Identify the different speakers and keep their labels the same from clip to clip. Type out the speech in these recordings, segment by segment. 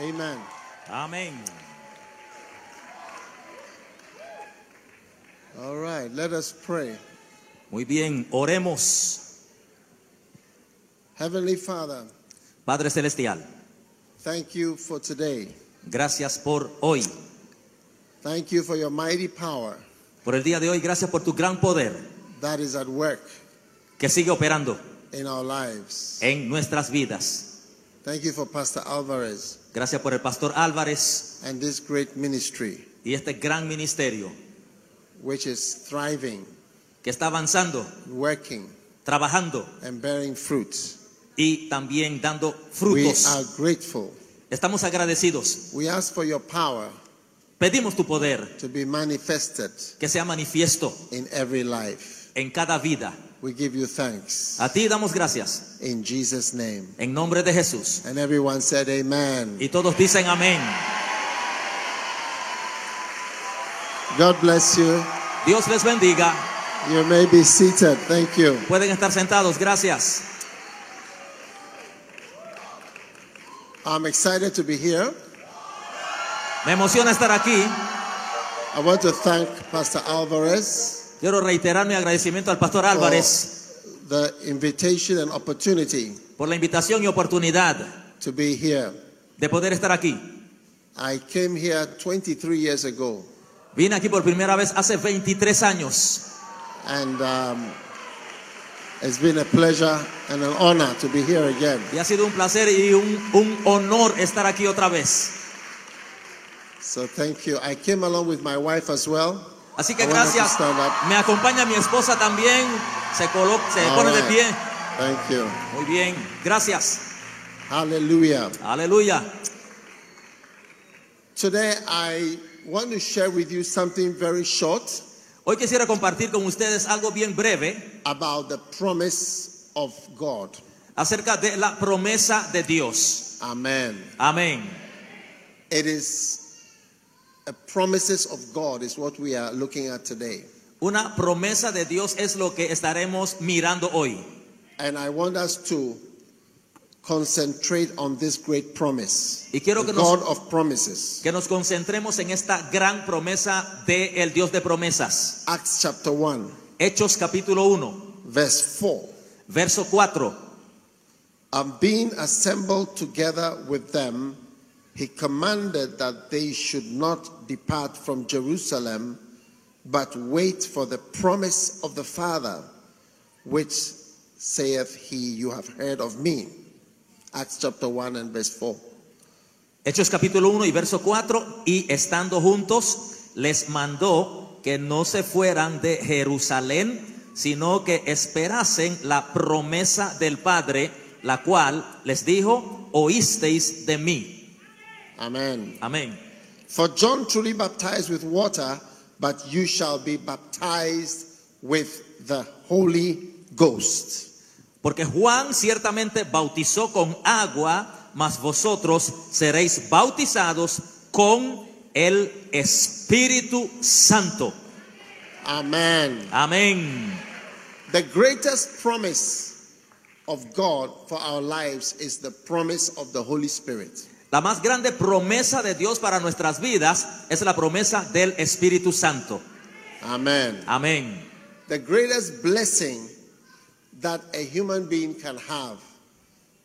Speaker 1: Amen.
Speaker 2: Amén.
Speaker 1: All right, let us pray.
Speaker 2: Muy bien, oremos.
Speaker 1: Heavenly Father,
Speaker 2: Padre Celestial,
Speaker 1: thank you for today.
Speaker 2: gracias por hoy.
Speaker 1: Thank you for your mighty power
Speaker 2: Por el día de hoy, gracias por tu gran poder
Speaker 1: that is at work
Speaker 2: que sigue operando
Speaker 1: in our lives.
Speaker 2: en nuestras vidas.
Speaker 1: Thank you for Pastor Alvarez
Speaker 2: Gracias por el pastor Álvarez
Speaker 1: and this great ministry,
Speaker 2: y este gran ministerio
Speaker 1: which is thriving,
Speaker 2: que está avanzando,
Speaker 1: working,
Speaker 2: trabajando
Speaker 1: and bearing fruit.
Speaker 2: y también dando
Speaker 1: We
Speaker 2: frutos.
Speaker 1: are grateful.
Speaker 2: Estamos agradecidos.
Speaker 1: We ask for your power
Speaker 2: Pedimos tu poder
Speaker 1: to be manifested
Speaker 2: que sea manifiesto
Speaker 1: in every life.
Speaker 2: en cada vida.
Speaker 1: We give you thanks
Speaker 2: A ti damos gracias
Speaker 1: in Jesus' name.
Speaker 2: en nombre de Jesús.
Speaker 1: And everyone said, Amen.
Speaker 2: Y todos dicen amén.
Speaker 1: God bless you.
Speaker 2: Dios les bendiga.
Speaker 1: You may be seated. Thank you.
Speaker 2: Pueden estar sentados, gracias.
Speaker 1: I'm excited to be here.
Speaker 2: Me emociona estar aquí.
Speaker 1: I want to thank Pastor Alvarez
Speaker 2: Quiero reiterar mi agradecimiento al pastor Álvarez
Speaker 1: the invitation and opportunity
Speaker 2: por la invitación y oportunidad
Speaker 1: to be here.
Speaker 2: de poder estar aquí.
Speaker 1: I came here 23 years ago,
Speaker 2: Vine aquí por primera vez hace 23 años
Speaker 1: and um, it's been a pleasure and an honor to be here again.
Speaker 2: y ha sido un placer y un, un honor estar aquí otra vez.
Speaker 1: So thank you. I came along with my wife as well.
Speaker 2: Así que
Speaker 1: I want her to
Speaker 2: gracias.
Speaker 1: stand up.
Speaker 2: Me acompaña mi esposa también. Se, colo- se
Speaker 1: All
Speaker 2: pone de
Speaker 1: right.
Speaker 2: pie.
Speaker 1: Thank you.
Speaker 2: Muy bien, gracias.
Speaker 1: Hallelujah.
Speaker 2: Aleluya.
Speaker 1: Today I want to share with you something very short.
Speaker 2: Hoy quisiera compartir con ustedes algo bien breve
Speaker 1: about the promise of God.
Speaker 2: acerca de la promesa de Dios.
Speaker 1: Amen.
Speaker 2: Amén.
Speaker 1: It is a promises of God is what we are looking at today.
Speaker 2: Una promesa de Dios es lo que estaremos mirando hoy.
Speaker 1: And I want us to concentrate on this great promise.
Speaker 2: Y quiero
Speaker 1: the
Speaker 2: que nos-
Speaker 1: God of promises.
Speaker 2: Que nos concentremos en esta gran promesa del el Dios de promesas.
Speaker 1: Acts chapter 1,
Speaker 2: Hechos capítulo 1,
Speaker 1: verse 4.
Speaker 2: verso 4.
Speaker 1: And being assembled together with them, he commanded that they should not depart from Jerusalem, but wait for the promise of the Father, which saith he, You have heard of me. Acts chapter 1 and verse 4.
Speaker 2: Hechos capítulo 1 y verso 4. Y estando juntos, les mandó que no se fueran de Jerusalén, sino que esperasen la promesa del Padre, la cual les dijo, oísteis de mí.
Speaker 1: Amen.
Speaker 2: Amén.
Speaker 1: For John truly baptized with water, but you shall be baptized with the Holy Ghost.
Speaker 2: Porque Juan ciertamente bautizó con agua, mas vosotros seréis bautizados con el Espíritu Santo.
Speaker 1: Amen.
Speaker 2: Amén.
Speaker 1: The greatest promise of God for our lives is the promise of the Holy Spirit.
Speaker 2: La más grande promesa de Dios para nuestras vidas es la promesa del Espíritu Santo.
Speaker 1: Amen.
Speaker 2: Amén.
Speaker 1: The greatest blessing that a human being can have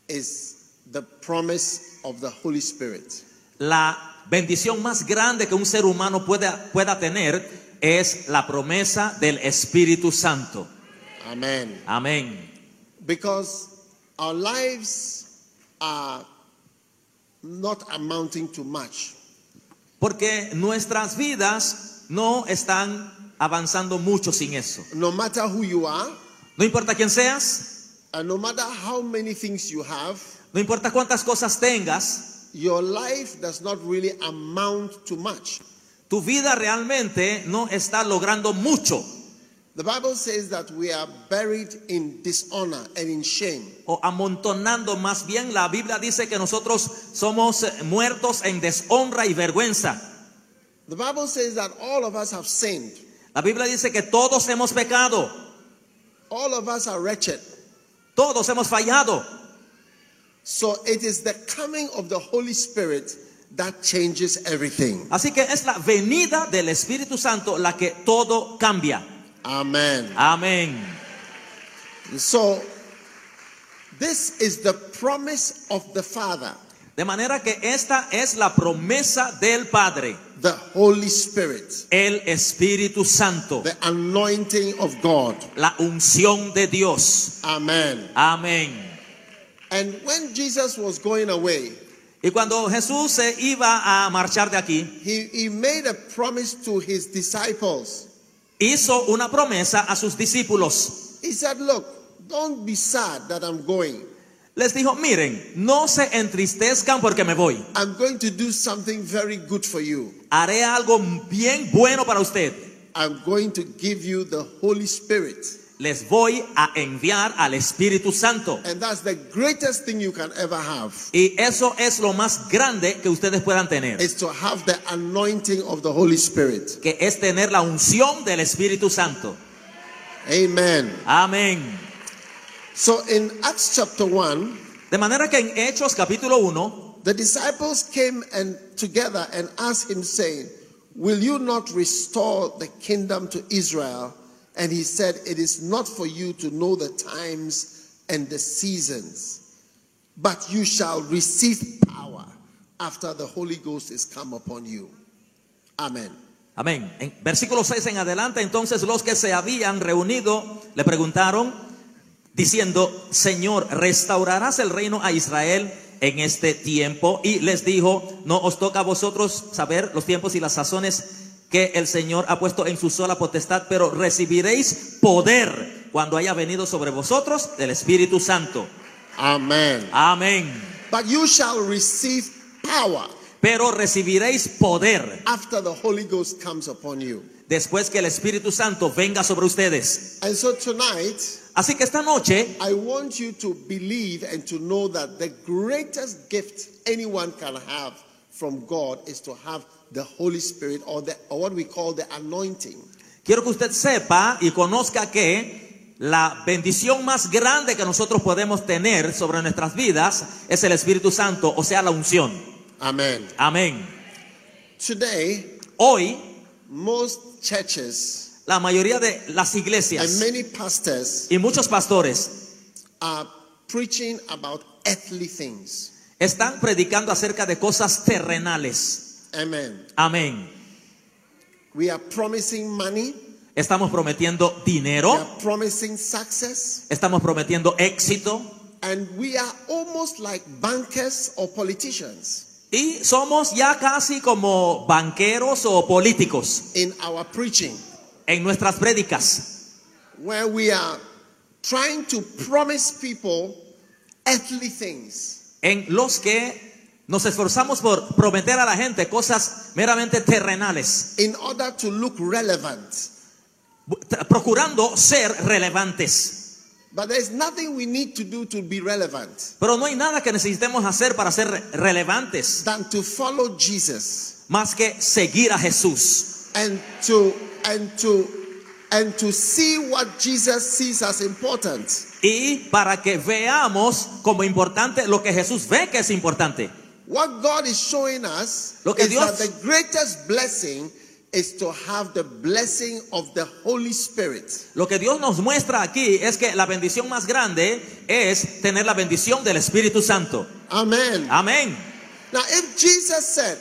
Speaker 1: is the promise of the Holy Spirit.
Speaker 2: La bendición más grande que un ser humano pueda, pueda tener es la promesa del Espíritu Santo.
Speaker 1: Amen.
Speaker 2: Amén.
Speaker 1: Because our lives are not amounting to much.
Speaker 2: Porque nuestras vidas no están avanzando mucho sin eso.
Speaker 1: No matter who you are,
Speaker 2: No importa quién seas,
Speaker 1: and no matter how many things you have,
Speaker 2: no importa cuántas cosas tengas,
Speaker 1: your life does not really amount to much.
Speaker 2: tu vida realmente no está logrando mucho.
Speaker 1: The Bible says that we are buried in dishonor and in shame.
Speaker 2: O amontonando más bien, la Biblia dice que nosotros somos eh, muertos en deshonra y vergüenza.
Speaker 1: The Bible says that all of us have sinned.
Speaker 2: La Biblia dice que todos hemos pecado,
Speaker 1: All of us are wretched.
Speaker 2: todos hemos fallado.
Speaker 1: So it is the coming of the Holy Spirit that changes everything.
Speaker 2: Así que es la venida del Espíritu Santo la que todo cambia.
Speaker 1: Amen.
Speaker 2: Amén.
Speaker 1: So this is the promise of the Father,
Speaker 2: De manera que esta es la promesa del Padre,
Speaker 1: the Holy Spirit,
Speaker 2: el Espíritu Santo,
Speaker 1: the anointing of God.
Speaker 2: la unción de Dios.
Speaker 1: Amen.
Speaker 2: Amén.
Speaker 1: And when Jesus was going away,
Speaker 2: Y cuando Jesús se iba a marchar de aquí,
Speaker 1: he, he made a promise to his disciples.
Speaker 2: hizo una promesa a sus discípulos.
Speaker 1: He said, Look, don't be sad that I'm going.
Speaker 2: Les dijo, miren, no se entristezcan porque me voy.
Speaker 1: I'm going to do something very good for you.
Speaker 2: Haré algo bien bueno para usted.
Speaker 1: I'm going to give you the Holy Spirit.
Speaker 2: Les voy a enviar al Espíritu Santo.
Speaker 1: And that's the greatest thing you can ever have
Speaker 2: Y eso es lo más grande que ustedes puedan tener,
Speaker 1: is to have the anointing of the Holy Spirit.
Speaker 2: que es tener la unción del Espíritu Santo.
Speaker 1: Amen.
Speaker 2: Amén.
Speaker 1: So in Acts chapter 1,
Speaker 2: De manera que en Hechos capítulo 1,
Speaker 1: the disciples came and together and asked him saying, "Will you not restore the kingdom to Israel?" And he said, "It is not for you to know the times and the seasons, but you shall receive power after the Holy Ghost is come upon you." Amen.
Speaker 2: Amén. En versículo 6 en adelante, entonces los que se habían reunido le preguntaron, diciendo, Señor, ¿restaurarás el reino a Israel en este tiempo? Y les dijo, no os toca a vosotros saber los tiempos y las sazones que el Señor ha puesto en su sola potestad, pero recibiréis poder cuando haya venido sobre vosotros el Espíritu Santo.
Speaker 1: Amen.
Speaker 2: Amén.
Speaker 1: But you shall receive power
Speaker 2: Pero recibiréis poder
Speaker 1: after the Holy Ghost comes upon you.
Speaker 2: después que el Espíritu Santo venga sobre ustedes.
Speaker 1: And so tonight,
Speaker 2: Así que esta noche
Speaker 1: I want you to believe and to know that the greatest gift anyone can have from God is to have the Holy Spirit or, the, or what we call the anointing.
Speaker 2: Quiero que usted sepa y conozca que la bendición más grande que nosotros podemos tener sobre nuestras vidas es el Espíritu Santo, o sea, la unción.
Speaker 1: Amen.
Speaker 2: Amén.
Speaker 1: Today,
Speaker 2: Hoy,
Speaker 1: most churches
Speaker 2: la mayoría de las iglesias
Speaker 1: and many pastors
Speaker 2: y muchos pastores
Speaker 1: are preaching about earthly things.
Speaker 2: están predicando acerca de cosas terrenales.
Speaker 1: Amen.
Speaker 2: Amén.
Speaker 1: We are promising money,
Speaker 2: Estamos prometiendo
Speaker 1: we
Speaker 2: dinero,
Speaker 1: are promising success,
Speaker 2: estamos prometiendo éxito
Speaker 1: and we are almost like bankers or politicians
Speaker 2: y somos ya casi como banqueros o políticos
Speaker 1: in our preaching.
Speaker 2: en nuestras prédicas.
Speaker 1: where we are trying to promise people earthly things.
Speaker 2: en los que nos esforzamos por prometer a la gente cosas meramente terrenales,
Speaker 1: In order to look relevant.
Speaker 2: bu- tra- procurando ser relevantes.
Speaker 1: But there's nothing we need to do to be relevant
Speaker 2: Pero no hay nada que necesitemos hacer para ser re- relevantes
Speaker 1: than to follow Jesus
Speaker 2: más que seguir a Jesús
Speaker 1: and to and to and to see what Jesus sees as important.
Speaker 2: y para que veamos como importante lo que Jesús ve que es importante.
Speaker 1: What God is showing us
Speaker 2: Lo que
Speaker 1: is
Speaker 2: Dios-
Speaker 1: that the greatest blessing is to have the blessing of the Holy Spirit.
Speaker 2: Lo que Dios nos muestra aquí es que la bendición más grande es tener la bendición del Espíritu Santo.
Speaker 1: Amen.
Speaker 2: Amén.
Speaker 1: Now, if Jesus said,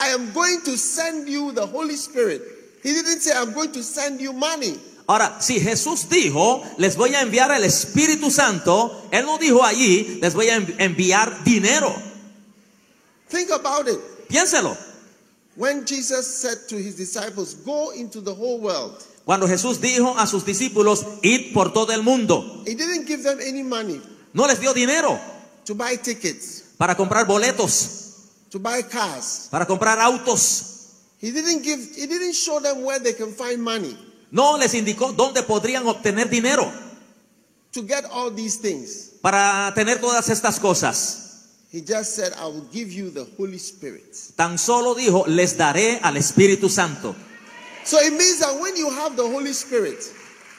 Speaker 1: I am going to send you the Holy Spirit, he didn't say, I'm going to send you money.
Speaker 2: Ahora, si Jesús dijo, les voy a enviar el Espíritu Santo, Él no dijo allí, les voy a envi- enviar dinero.
Speaker 1: Think about it.
Speaker 2: Piénselo.
Speaker 1: When Jesus said to his disciples, Go into the whole world,
Speaker 2: Cuando Jesús dijo a sus discípulos, id por todo el mundo,
Speaker 1: he didn't give them any money
Speaker 2: no les dio dinero
Speaker 1: to buy tickets,
Speaker 2: para comprar boletos,
Speaker 1: to buy cars.
Speaker 2: para comprar autos.
Speaker 1: He didn't give he didn't show them where they can find money
Speaker 2: No les indicó dónde podrían obtener dinero
Speaker 1: to get all these things.
Speaker 2: para tener todas estas cosas.
Speaker 1: He just said, I will give you the Holy Spirit.
Speaker 2: Tan solo dijo, les daré al Espíritu Santo.
Speaker 1: So it means that when you have the Holy Spirit,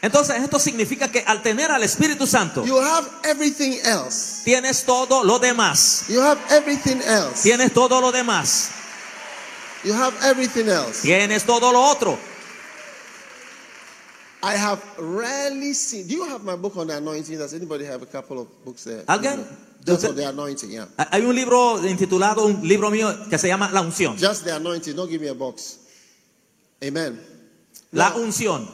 Speaker 2: Entonces esto significa que al tener al Espíritu Santo,
Speaker 1: you have everything else.
Speaker 2: tienes todo lo demás.
Speaker 1: You have everything else.
Speaker 2: Tienes todo lo demás.
Speaker 1: You have everything else.
Speaker 2: Tienes todo lo otro.
Speaker 1: I have rarely seen. Do you have my book on the anointing? Does anybody have a couple of books there?
Speaker 2: Again?
Speaker 1: Just
Speaker 2: Does
Speaker 1: on the anointing, yeah.
Speaker 2: Ha- Hay un libro intitulado, un libro mío que se llama La unción.
Speaker 1: Just the anointing. Don't give me a box. Amen.
Speaker 2: La
Speaker 1: Now-
Speaker 2: unción.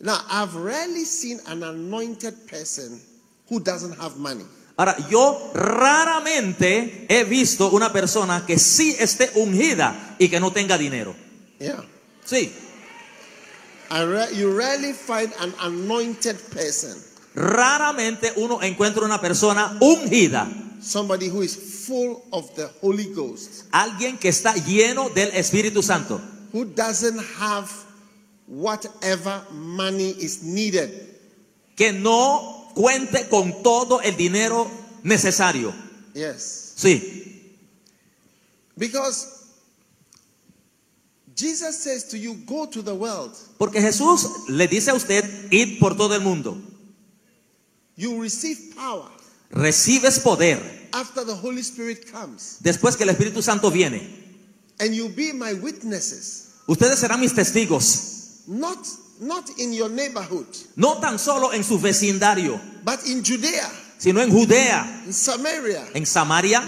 Speaker 1: Now, I've rarely seen an anointed person who doesn't have money.
Speaker 2: Ahora, yo raramente he visto una persona que sí esté ungida y que no tenga dinero.
Speaker 1: Yeah.
Speaker 2: Sí.
Speaker 1: I ra- you rarely find an anointed person,
Speaker 2: Raramente uno encuentra una persona ungida.
Speaker 1: somebody who is full of the Holy Ghost,
Speaker 2: Alguien que está lleno del Espíritu Santo.
Speaker 1: who doesn't have whatever money is needed.
Speaker 2: Que no cuente con todo el dinero necesario.
Speaker 1: Yes.
Speaker 2: Sí.
Speaker 1: Because Jesus says to you, go to the world.
Speaker 2: Porque Jesús le dice a usted, id por todo el mundo.
Speaker 1: You receive power
Speaker 2: Recibes poder
Speaker 1: after the Holy Spirit comes,
Speaker 2: después que el Espíritu Santo viene.
Speaker 1: and you be my witnesses,
Speaker 2: Ustedes serán mis testigos,
Speaker 1: not, not in your neighborhood,
Speaker 2: no tan solo en su vecindario,
Speaker 1: but in Judea,
Speaker 2: sino en Judea,
Speaker 1: in Samaria,
Speaker 2: en Samaria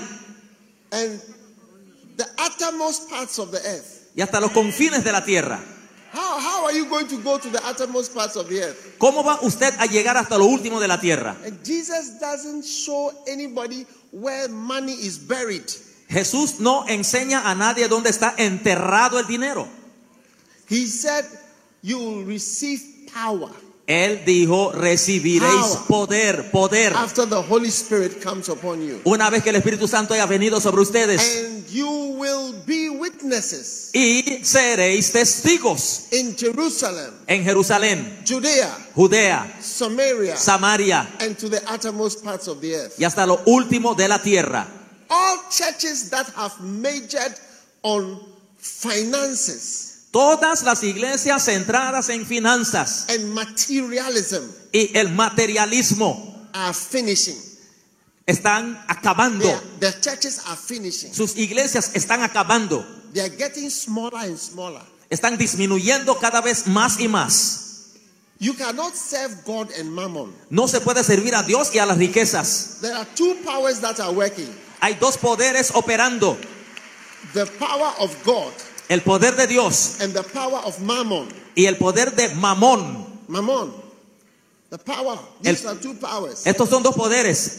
Speaker 1: and the uttermost parts of the earth.
Speaker 2: y hasta los confines de la tierra.
Speaker 1: How, how are you going to go to the uttermost parts of the earth?
Speaker 2: ¿Cómo va usted a llegar hasta lo último de la tierra?
Speaker 1: And Jesus doesn't show anybody where money is buried.
Speaker 2: Jesús no enseña a nadie dónde está enterrado el dinero.
Speaker 1: He said, You will receive power.
Speaker 2: Él dijo, recibiréis
Speaker 1: Power.
Speaker 2: poder, poder,
Speaker 1: after the Holy Spirit comes upon you.
Speaker 2: una vez que el Espíritu Santo haya venido sobre ustedes.
Speaker 1: And you will be witnesses
Speaker 2: Y seréis testigos.
Speaker 1: in Jerusalem,
Speaker 2: en Jerusalén,
Speaker 1: Judea,
Speaker 2: Judea,
Speaker 1: Samaria,
Speaker 2: Samaria
Speaker 1: and to the uttermost parts of the earth.
Speaker 2: y hasta lo último de la tierra.
Speaker 1: All churches that have majored on finances
Speaker 2: Todas las iglesias centradas en finanzas
Speaker 1: and materialism
Speaker 2: y el materialismo
Speaker 1: are finishing.
Speaker 2: están acabando.
Speaker 1: They are- the churches are finishing.
Speaker 2: Sus iglesias están acabando,
Speaker 1: They are getting smaller and smaller.
Speaker 2: están disminuyendo cada vez más y más.
Speaker 1: You cannot serve God and mammon.
Speaker 2: No se puede servir a Dios y a las riquezas.
Speaker 1: There are two powers that are working
Speaker 2: Hay dos poderes operando,
Speaker 1: the power of God
Speaker 2: el poder de Dios
Speaker 1: and the power of mammon.
Speaker 2: y el poder de Mamón.
Speaker 1: Mammon. The power. These are two powers.
Speaker 2: Estos son dos poderes.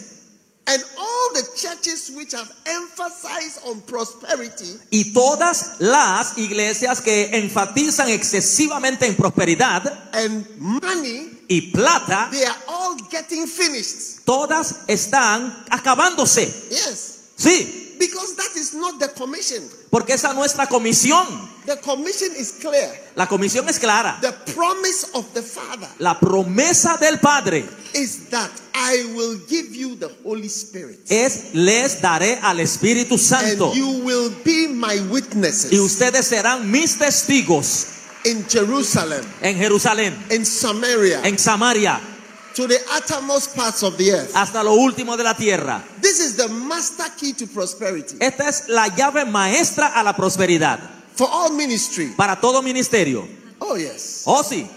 Speaker 1: And all the churches which have emphasized on prosperity
Speaker 2: Y todas las iglesias que enfatizan excesivamente en prosperidad
Speaker 1: and money,
Speaker 2: y plata,
Speaker 1: they are all getting finished.
Speaker 2: todas están acabándose.
Speaker 1: Yes.
Speaker 2: Sí,
Speaker 1: Because that is not the commission.
Speaker 2: porque esa no es la comisión.
Speaker 1: The commission is clear.
Speaker 2: La comisión es clara.
Speaker 1: The promise of the Father
Speaker 2: La promesa del Padre
Speaker 1: is that I will give you the Holy Spirit.
Speaker 2: es les daré al Espíritu
Speaker 1: And
Speaker 2: Santo
Speaker 1: you will be my
Speaker 2: y
Speaker 1: witnesses
Speaker 2: ustedes serán mis testigos
Speaker 1: in Jerusalem,
Speaker 2: en Jerusalén,
Speaker 1: in Samaria,
Speaker 2: en Samaria,
Speaker 1: to the uttermost parts of the earth.
Speaker 2: hasta lo último de la tierra.
Speaker 1: This is the master key to prosperity.
Speaker 2: Esta es la llave maestra a la prosperidad.
Speaker 1: For all ministry.
Speaker 2: para todo ministerio.
Speaker 1: Oh, yes.
Speaker 2: Oh sí,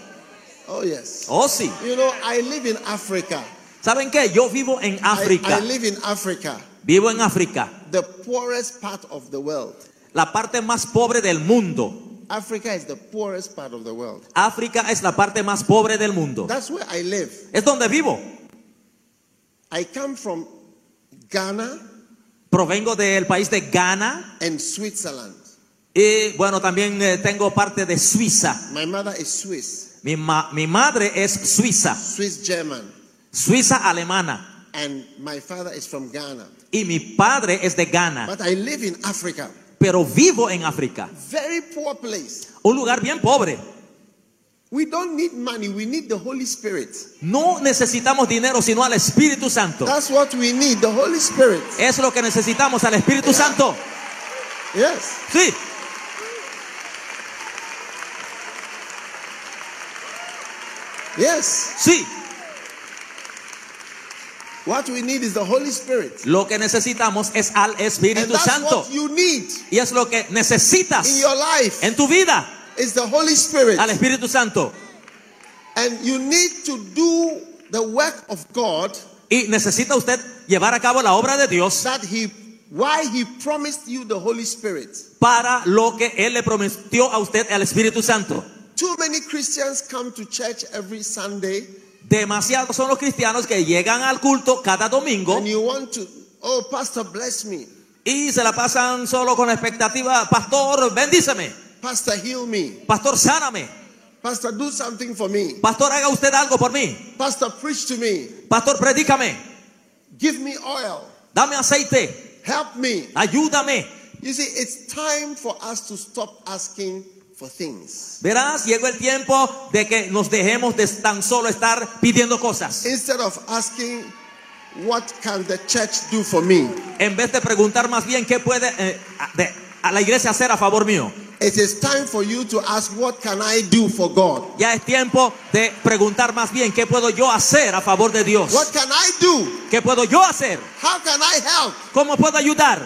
Speaker 1: Oh, yes.
Speaker 2: oh sí.
Speaker 1: You know, I live in Africa.
Speaker 2: ¿Saben qué? Yo vivo en
Speaker 1: I- I,
Speaker 2: África.
Speaker 1: live in Africa,
Speaker 2: Vivo en África,
Speaker 1: the poorest part of the world.
Speaker 2: la parte más pobre del mundo.
Speaker 1: Africa is the poorest part of the world.
Speaker 2: África es la parte más pobre del mundo.
Speaker 1: That's where I live.
Speaker 2: Es donde vivo.
Speaker 1: I come from Ghana
Speaker 2: Provengo del país de Ghana
Speaker 1: and Switzerland.
Speaker 2: y bueno, también eh, tengo parte de Suiza.
Speaker 1: My mother is Swiss,
Speaker 2: Mi, ma- mi madre es suiza,
Speaker 1: Swiss German,
Speaker 2: suiza alemana
Speaker 1: and my father is from Ghana.
Speaker 2: y mi padre es de Ghana,
Speaker 1: But I live in Africa,
Speaker 2: pero vivo en África,
Speaker 1: very poor place.
Speaker 2: un lugar bien pobre.
Speaker 1: We don't need money, we need the Holy Spirit.
Speaker 2: No necesitamos dinero sino al Espíritu Santo.
Speaker 1: That's what we need, the Holy Spirit.
Speaker 2: Es lo que necesitamos al Espíritu Santo.
Speaker 1: Yes.
Speaker 2: Sí.
Speaker 1: Yes.
Speaker 2: Sí,
Speaker 1: What we need is the Holy Spirit.
Speaker 2: lo que necesitamos es al
Speaker 1: And
Speaker 2: Espíritu
Speaker 1: that's
Speaker 2: Santo.
Speaker 1: what you need
Speaker 2: Y es lo que
Speaker 1: in
Speaker 2: necesitas
Speaker 1: your life.
Speaker 2: en tu vida,
Speaker 1: It's the Holy Spirit.
Speaker 2: al Espíritu Santo.
Speaker 1: And you need to do the work of God
Speaker 2: Y necesita usted llevar a cabo la obra de Dios
Speaker 1: that He why He promised you the Holy Spirit.
Speaker 2: para lo que Él le prometió a usted al Espíritu Santo.
Speaker 1: Too many Christians come to church every Sunday
Speaker 2: Demasiados son los cristianos que llegan al culto cada domingo
Speaker 1: and you want to, oh Pastor, bless me.
Speaker 2: y se la pasan solo con la expectativa, pastor, bendíceme,
Speaker 1: Pastor, heal me.
Speaker 2: pastor, sáname,
Speaker 1: Pastor, do something for me.
Speaker 2: pastor, haga usted algo por mí,
Speaker 1: Pastor, preach to me.
Speaker 2: pastor, predícame,
Speaker 1: Give me oil.
Speaker 2: dame aceite,
Speaker 1: Help me.
Speaker 2: ayúdame.
Speaker 1: You see, it's time for us to stop asking for things.
Speaker 2: Verás, llegó el tiempo de que nos dejemos de tan solo estar pidiendo cosas.
Speaker 1: Instead of asking, what can the church do for me?
Speaker 2: En vez de preguntar más bien qué puede eh, a- de- a la iglesia hacer a favor mío.
Speaker 1: It is time for you to ask, what can I do for God?
Speaker 2: Ya es tiempo de preguntar más bien qué puedo yo hacer a favor de
Speaker 1: What
Speaker 2: Dios.
Speaker 1: can I do?
Speaker 2: ¿Qué puedo yo hacer?
Speaker 1: How can I help?
Speaker 2: ¿Cómo puedo ayudar?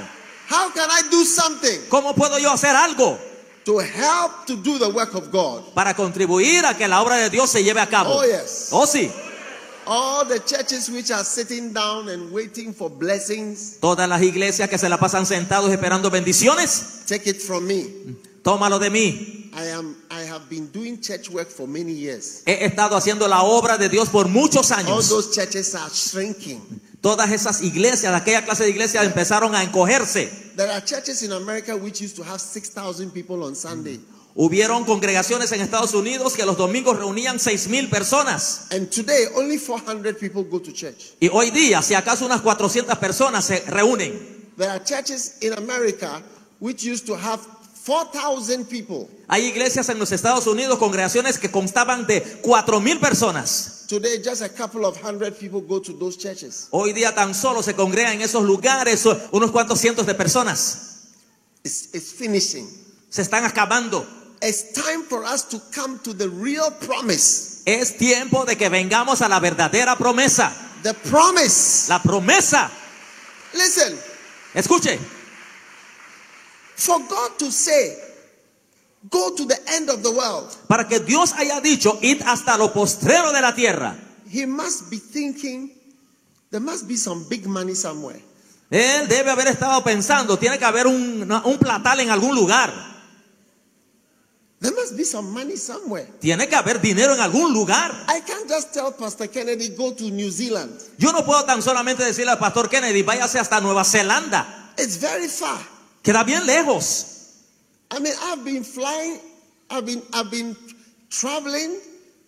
Speaker 1: How can I do something
Speaker 2: ¿Cómo puedo yo hacer algo
Speaker 1: to help to do the work of God?
Speaker 2: para contribuir a que la obra de Dios se lleve a cabo?
Speaker 1: Oh, yes.
Speaker 2: Oh, sí.
Speaker 1: All the churches which are sitting down and waiting for blessings,
Speaker 2: Todas las iglesias que se la pasan sentados esperando bendiciones,
Speaker 1: take it from me.
Speaker 2: tómalo de mí.
Speaker 1: I am I have been doing church work for many years.
Speaker 2: He estado haciendo la obra de Dios por muchos
Speaker 1: All
Speaker 2: años.
Speaker 1: those churches are shrinking.
Speaker 2: Todas esas iglesias, aquella clase de iglesias empezaron a encogerse.
Speaker 1: There are churches in America which used to have 6,000 people on Sunday.
Speaker 2: Hubieron congregaciones en Estados Unidos que los domingos reunían seis mil personas.
Speaker 1: And today only 400 people go to church.
Speaker 2: Y hoy día, si acaso unas 400 personas se reúnen.
Speaker 1: There are churches in America which used to have 4,000 people.
Speaker 2: Hay iglesias en los Estados Unidos, congregaciones que constaban de cuatro mil personas.
Speaker 1: Today just a couple of hundred people go to those churches.
Speaker 2: Hoy día tan solo se congregan en esos lugares unos cuantos cientos de personas.
Speaker 1: It's, it's finishing.
Speaker 2: Se están acabando.
Speaker 1: It's time for us to come to the real promise.
Speaker 2: Es tiempo de que vengamos a la verdadera promesa.
Speaker 1: The promise.
Speaker 2: La promesa.
Speaker 1: Listen,
Speaker 2: Escuche.
Speaker 1: for God to say, go to the end of the world,
Speaker 2: Para que Dios haya dicho, id hasta lo postrero de la tierra.
Speaker 1: he must be thinking there must be some big money somewhere.
Speaker 2: Él debe haber estado pensando, tiene que haber un, una- un platal en algún lugar.
Speaker 1: There must be some money somewhere.
Speaker 2: Tiene que haber dinero en algún lugar.
Speaker 1: I can't just tell Pastor Kennedy, go to New Zealand.
Speaker 2: Yo no puedo tan solamente decirle al pastor Kennedy, váyase hasta Nueva Zelanda.
Speaker 1: It's very far.
Speaker 2: Queda bien lejos.
Speaker 1: I mean, I've been flying, I've been, I've been traveling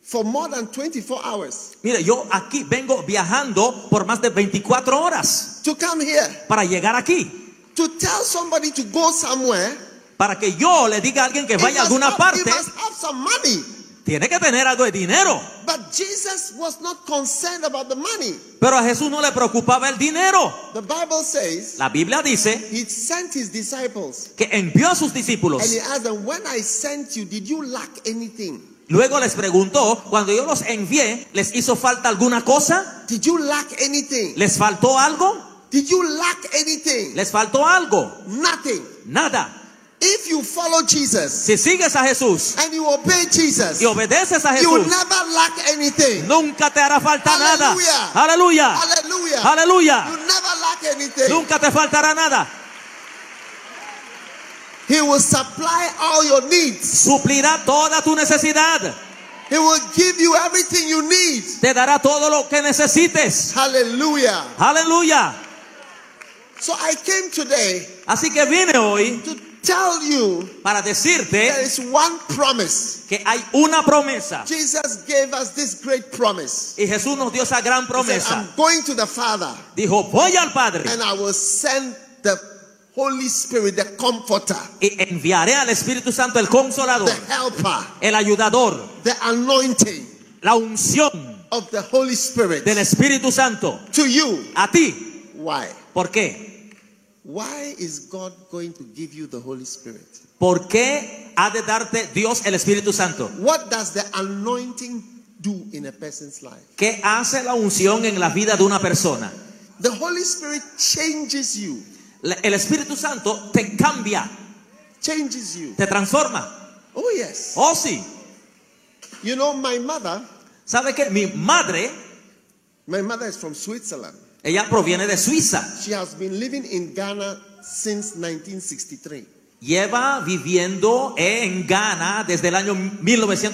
Speaker 1: for more than 24 hours
Speaker 2: Mire, yo aquí vengo viajando por más de 24 horas
Speaker 1: to come here
Speaker 2: para llegar aquí.
Speaker 1: to tell somebody to go somewhere.
Speaker 2: Para que yo le diga a alguien que
Speaker 1: he
Speaker 2: vaya a
Speaker 1: must
Speaker 2: alguna
Speaker 1: have- he
Speaker 2: parte,
Speaker 1: must have some money.
Speaker 2: tiene que tener algo de dinero.
Speaker 1: But Jesus was not concerned about the money.
Speaker 2: Pero a Jesús no le preocupaba el dinero.
Speaker 1: The Bible says
Speaker 2: La Biblia dice
Speaker 1: he sent his disciples
Speaker 2: que envió a sus discípulos.
Speaker 1: and he asked them, When I sent you, did you lack anything?
Speaker 2: Luego les preguntó, cuando yo los envié, ¿les hizo falta alguna cosa?
Speaker 1: Did you lack anything?
Speaker 2: ¿Les faltó algo?
Speaker 1: Did you lack anything?
Speaker 2: ¿Les faltó algo?
Speaker 1: Nothing.
Speaker 2: Nada.
Speaker 1: If you follow Jesus
Speaker 2: Si sigues a Jesús
Speaker 1: and you obey Jesus,
Speaker 2: y
Speaker 1: you
Speaker 2: obedeces a
Speaker 1: will
Speaker 2: Jesús,
Speaker 1: never lack anything.
Speaker 2: nunca te hará falta
Speaker 1: Aleluya.
Speaker 2: nada. Aleluya.
Speaker 1: Hallelujah.
Speaker 2: Aleluya.
Speaker 1: You never lack anything.
Speaker 2: Nunca te faltará nada.
Speaker 1: He will supply all your needs.
Speaker 2: Suplirá toda tu necesidad.
Speaker 1: He will give you everything you need.
Speaker 2: Te dará todo lo que necesites.
Speaker 1: Hallelujah.
Speaker 2: Aleluya.
Speaker 1: So I came today
Speaker 2: Así que vine hoy
Speaker 1: to tell you
Speaker 2: para
Speaker 1: there
Speaker 2: decirte
Speaker 1: is one promise.
Speaker 2: que hay una promesa.
Speaker 1: Jesus gave us this great promise.
Speaker 2: Y Jesús nos dio esa gran
Speaker 1: He said,
Speaker 2: promesa.
Speaker 1: I'm going to the Father
Speaker 2: Dijo, voy al Padre
Speaker 1: and I will send the Holy Spirit, the Comforter,
Speaker 2: y enviaré al Espíritu Santo el consolador,
Speaker 1: the Helper,
Speaker 2: el ayudador,
Speaker 1: the anointing
Speaker 2: la unción
Speaker 1: of the Holy Spirit
Speaker 2: del Espíritu Santo
Speaker 1: to you.
Speaker 2: a ti.
Speaker 1: Why?
Speaker 2: ¿Por qué?
Speaker 1: Why is God going to give you the Holy Spirit?
Speaker 2: ¿Por qué ha de darte Dios el Espíritu Santo?
Speaker 1: What does the anointing do in a person's life?
Speaker 2: ¿Qué hace la unción en la vida de una persona?
Speaker 1: The Holy Spirit changes you,
Speaker 2: Le- El Espíritu Santo te cambia,
Speaker 1: changes you.
Speaker 2: te transforma.
Speaker 1: Oh, yes.
Speaker 2: Oh, sí.
Speaker 1: You know, my mother,
Speaker 2: ¿Sabe qué? Mi madre,
Speaker 1: my mother is from Switzerland.
Speaker 2: ella proviene de Suiza.
Speaker 1: She has been living in Ghana since 1963.
Speaker 2: Lleva viviendo en Ghana desde el año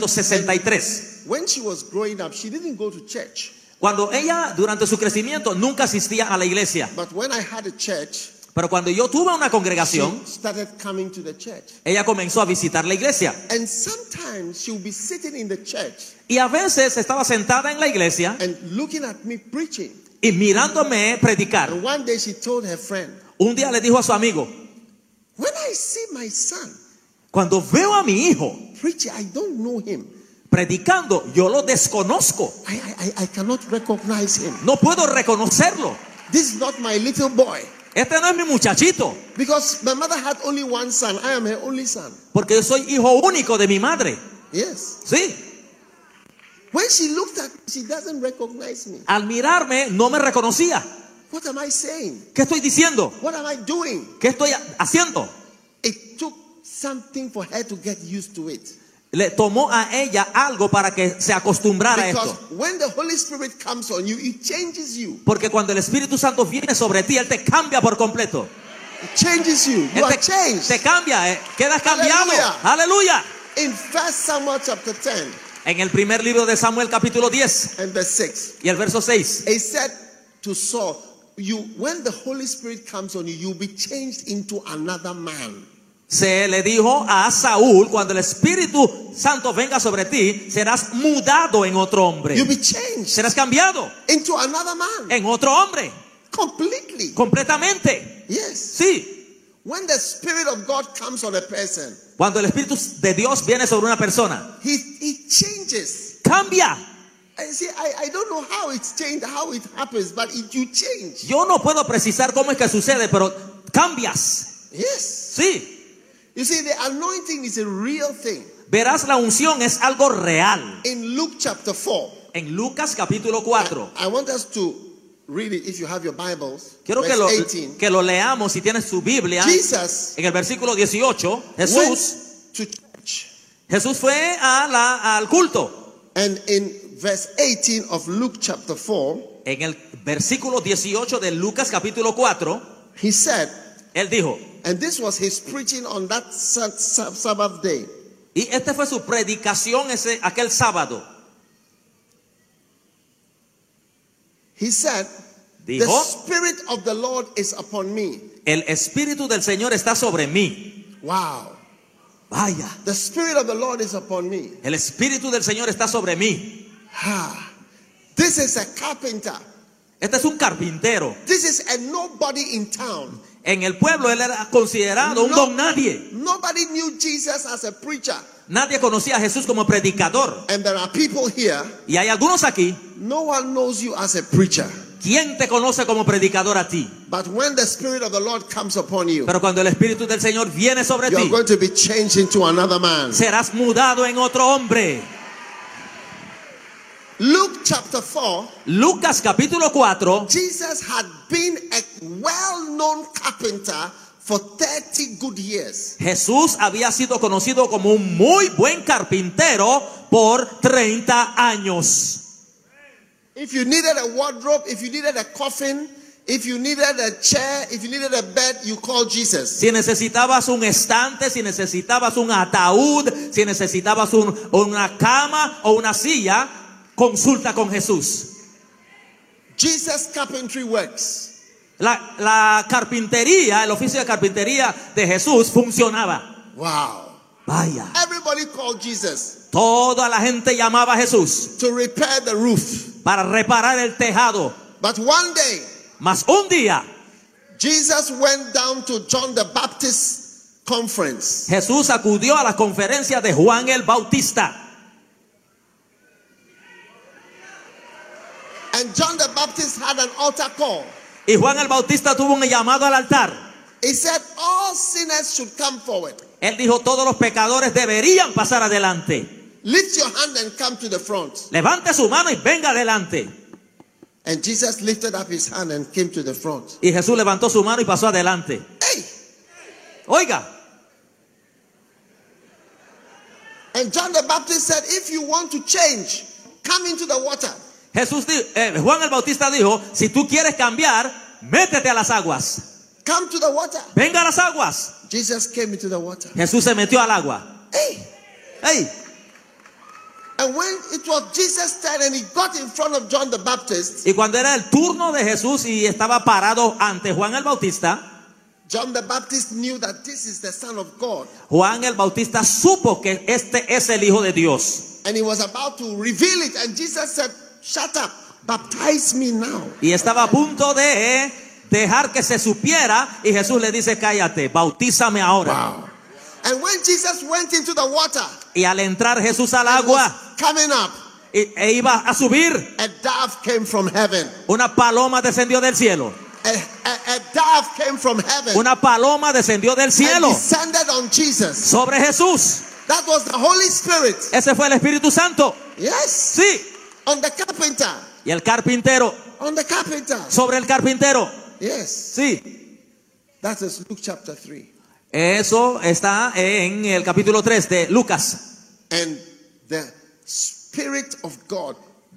Speaker 2: 1963.
Speaker 1: When she was growing up, she didn't go to church.
Speaker 2: Cuando ella, durante su crecimiento, nunca asistía a la iglesia.
Speaker 1: But when I had a church,
Speaker 2: Pero cuando yo tuve una
Speaker 1: she
Speaker 2: congregación,
Speaker 1: started coming to the church.
Speaker 2: ella comenzó a visitar la iglesia.
Speaker 1: And sometimes she would be sitting in the church
Speaker 2: Y a veces estaba sentada en la iglesia
Speaker 1: and looking at me preaching.
Speaker 2: y mirándome predicar.
Speaker 1: And one day she told her friend,
Speaker 2: Un día le dijo a su amigo,
Speaker 1: When I see my son,
Speaker 2: Cuando veo a mi hijo
Speaker 1: preacher, I don't know him.
Speaker 2: predicando, yo lo desconozco.
Speaker 1: I, I, I- I cannot recognize him.
Speaker 2: No puedo reconocerlo.
Speaker 1: This is not my little boy.
Speaker 2: Este no es mi muchachito,
Speaker 1: Because my mother had only one son. I am her only son.
Speaker 2: porque yo soy hijo único de mi madre.
Speaker 1: Yes.
Speaker 2: Sí,
Speaker 1: When she looked at me, she doesn't recognize me.
Speaker 2: al mirarme no me reconocía.
Speaker 1: What am I saying?
Speaker 2: ¿Qué estoy diciendo?
Speaker 1: What am I doing?
Speaker 2: ¿Qué estoy haciendo?
Speaker 1: It took something for her to get used to it.
Speaker 2: Le tomó a ella algo para que se acostumbrara a
Speaker 1: Because
Speaker 2: esto.
Speaker 1: when the Holy Spirit comes on you, it changes you.
Speaker 2: Porque cuando el Espíritu Santo viene sobre ti, Él te cambia por completo.
Speaker 1: It changes you. You
Speaker 2: Él
Speaker 1: are
Speaker 2: te, te
Speaker 1: changed.
Speaker 2: cambia, eh. quedas cambiado.
Speaker 1: Aleluya.
Speaker 2: Aleluya.
Speaker 1: In First Samuel chapter 10
Speaker 2: En el primer libro de Samuel capítulo 10
Speaker 1: and verse 6.
Speaker 2: y el verso 6.
Speaker 1: He said to Saul, "You, when the Holy Spirit comes on you, you'll be changed into another man."
Speaker 2: Se le dijo a Saúl, cuando el Espíritu Santo venga sobre ti, serás mudado en otro
Speaker 1: You'll
Speaker 2: hombre.
Speaker 1: be changed
Speaker 2: Serás cambiado
Speaker 1: into another man
Speaker 2: en otro hombre.
Speaker 1: completely.
Speaker 2: Completamente.
Speaker 1: Yes.
Speaker 2: Sí.
Speaker 1: When the Spirit of God comes on a person,
Speaker 2: Cuando el Espíritu de Dios viene sobre una persona,
Speaker 1: he he changes.
Speaker 2: cambia.
Speaker 1: I see. I, I don't know how it's changed, how it happens, but it, you change.
Speaker 2: Yo no puedo precisar cómo es que sucede, pero cambias.
Speaker 1: Yes.
Speaker 2: Sí.
Speaker 1: You see, the anointing is a real thing.
Speaker 2: Verás, la unción es algo real.
Speaker 1: In Luke chapter four,
Speaker 2: En Lucas capítulo
Speaker 1: I,
Speaker 2: 4.
Speaker 1: I want us to read it. If you have your Bibles,
Speaker 2: Quiero que
Speaker 1: verse
Speaker 2: lo,
Speaker 1: 18.
Speaker 2: que lo leamos si tienes tu Biblia.
Speaker 1: Jesus
Speaker 2: En el versículo 18, Jesús,
Speaker 1: went to church.
Speaker 2: Jesús fue a la- al culto.
Speaker 1: And in verse 18 of Luke chapter 4,
Speaker 2: En el versículo 18 de Lucas capítulo 4,
Speaker 1: he said,
Speaker 2: él dijo,
Speaker 1: and this was his preaching on that sa- sa- Sabbath day.
Speaker 2: y esta fue su predicación ese, aquel sábado,
Speaker 1: He said, The
Speaker 2: Dijo.
Speaker 1: Spirit of the Lord is upon me.
Speaker 2: el Espíritu del Señor está sobre mí.
Speaker 1: Wow.
Speaker 2: Vaya,
Speaker 1: The Spirit of the Lord is upon me.
Speaker 2: el Espíritu del Señor está sobre mí.
Speaker 1: Ah, this is a carpenter.
Speaker 2: Este es un carpintero.
Speaker 1: This is a nobody in town.
Speaker 2: En el pueblo él era considerado un
Speaker 1: No-
Speaker 2: don nadie.
Speaker 1: Nobody knew Jesus as a preacher.
Speaker 2: Nadie conocía a Jesús como predicador.
Speaker 1: And there are people here,
Speaker 2: Y hay algunos aquí,
Speaker 1: no one knows you as a preacher.
Speaker 2: ¿quién te conoce como predicador a ti?
Speaker 1: But when the Spirit of the Lord comes upon you,
Speaker 2: Pero cuando el Espíritu del Señor viene sobre
Speaker 1: You are
Speaker 2: ti,
Speaker 1: going to be changed into another man.
Speaker 2: serás mudado en otro hombre.
Speaker 1: Luke chapter 4,
Speaker 2: Lucas capítulo 4,
Speaker 1: Jesus had been a well known carpenter For 30 good years,
Speaker 2: Jesús había sido conocido como un muy buen carpintero por 30 años.
Speaker 1: if you needed a wardrobe, if you needed a coffin, if you needed a chair, if you needed a bed, you called Jesus.
Speaker 2: Si necesitabas un estante, si necesitabas un ataúd, si necesitabas un- una cama o una silla, consulta con Jesús.
Speaker 1: Jesus' carpentry works.
Speaker 2: La, la carpintería, el oficio de carpintería de Jesús funcionaba.
Speaker 1: Wow.
Speaker 2: Vaya,
Speaker 1: Everybody called Jesus
Speaker 2: toda la gente llamaba a Jesús
Speaker 1: to repair the roof.
Speaker 2: para reparar el tejado.
Speaker 1: But one day,
Speaker 2: Mas un día
Speaker 1: Jesus went down to John the Baptist conference.
Speaker 2: Jesús acudió a la conferencia de Juan el Bautista.
Speaker 1: And John the Baptist had an altar call.
Speaker 2: Y Juan el Bautista tuvo un llamado al altar.
Speaker 1: He said, All sinners should come forward.
Speaker 2: Él dijo, todos los pecadores deberían pasar adelante.
Speaker 1: Lift your hand and come to the front.
Speaker 2: Levante su mano y venga adelante.
Speaker 1: And Jesus lifted up his hand and came to the front.
Speaker 2: Y Jesús levantó su mano y pasó adelante.
Speaker 1: Hey!
Speaker 2: Oiga,
Speaker 1: And John the Baptist said, If you want to change, come into the water.
Speaker 2: Jesús di- eh, Juan el Bautista dijo, si tú quieres cambiar, métete a las aguas.
Speaker 1: Come to the water.
Speaker 2: Venga a las aguas.
Speaker 1: Jesus came into the water.
Speaker 2: Jesús se metió al agua.
Speaker 1: Hey!
Speaker 2: ¡Ey!
Speaker 1: And when it was Jesus' turn and he got in front of John the Baptist,
Speaker 2: Y cuando era el turno de Jesús y estaba parado ante Juan el Bautista,
Speaker 1: John the Baptist knew that this is the Son of God.
Speaker 2: Juan el Bautista supo que este es el Hijo de Dios
Speaker 1: And he was about to reveal it. And Jesus said, Shut up, baptize me now.
Speaker 2: y estaba a punto de dejar que se supiera y Jesús le dice, cállate, bautízame ahora.
Speaker 1: Wow. And when Jesus went into the water,
Speaker 2: Y al entrar Jesús al
Speaker 1: and was
Speaker 2: agua
Speaker 1: coming up,
Speaker 2: y- e iba a subir,
Speaker 1: a dove came from heaven.
Speaker 2: una paloma descendió del cielo,
Speaker 1: A, a, a dove came from heaven.
Speaker 2: una paloma descendió del
Speaker 1: and
Speaker 2: cielo
Speaker 1: descended on Jesus.
Speaker 2: sobre Jesús.
Speaker 1: That was the Holy Spirit.
Speaker 2: Ese fue el Espíritu Santo,
Speaker 1: Yes.
Speaker 2: sí.
Speaker 1: On the carpenter.
Speaker 2: Y el carpintero,
Speaker 1: On the carpenter.
Speaker 2: sobre el carpintero,
Speaker 1: Yes.
Speaker 2: sí.
Speaker 1: That is Luke chapter 3.
Speaker 2: Eso está en el capítulo 3 de Lucas.
Speaker 1: And the Spirit of God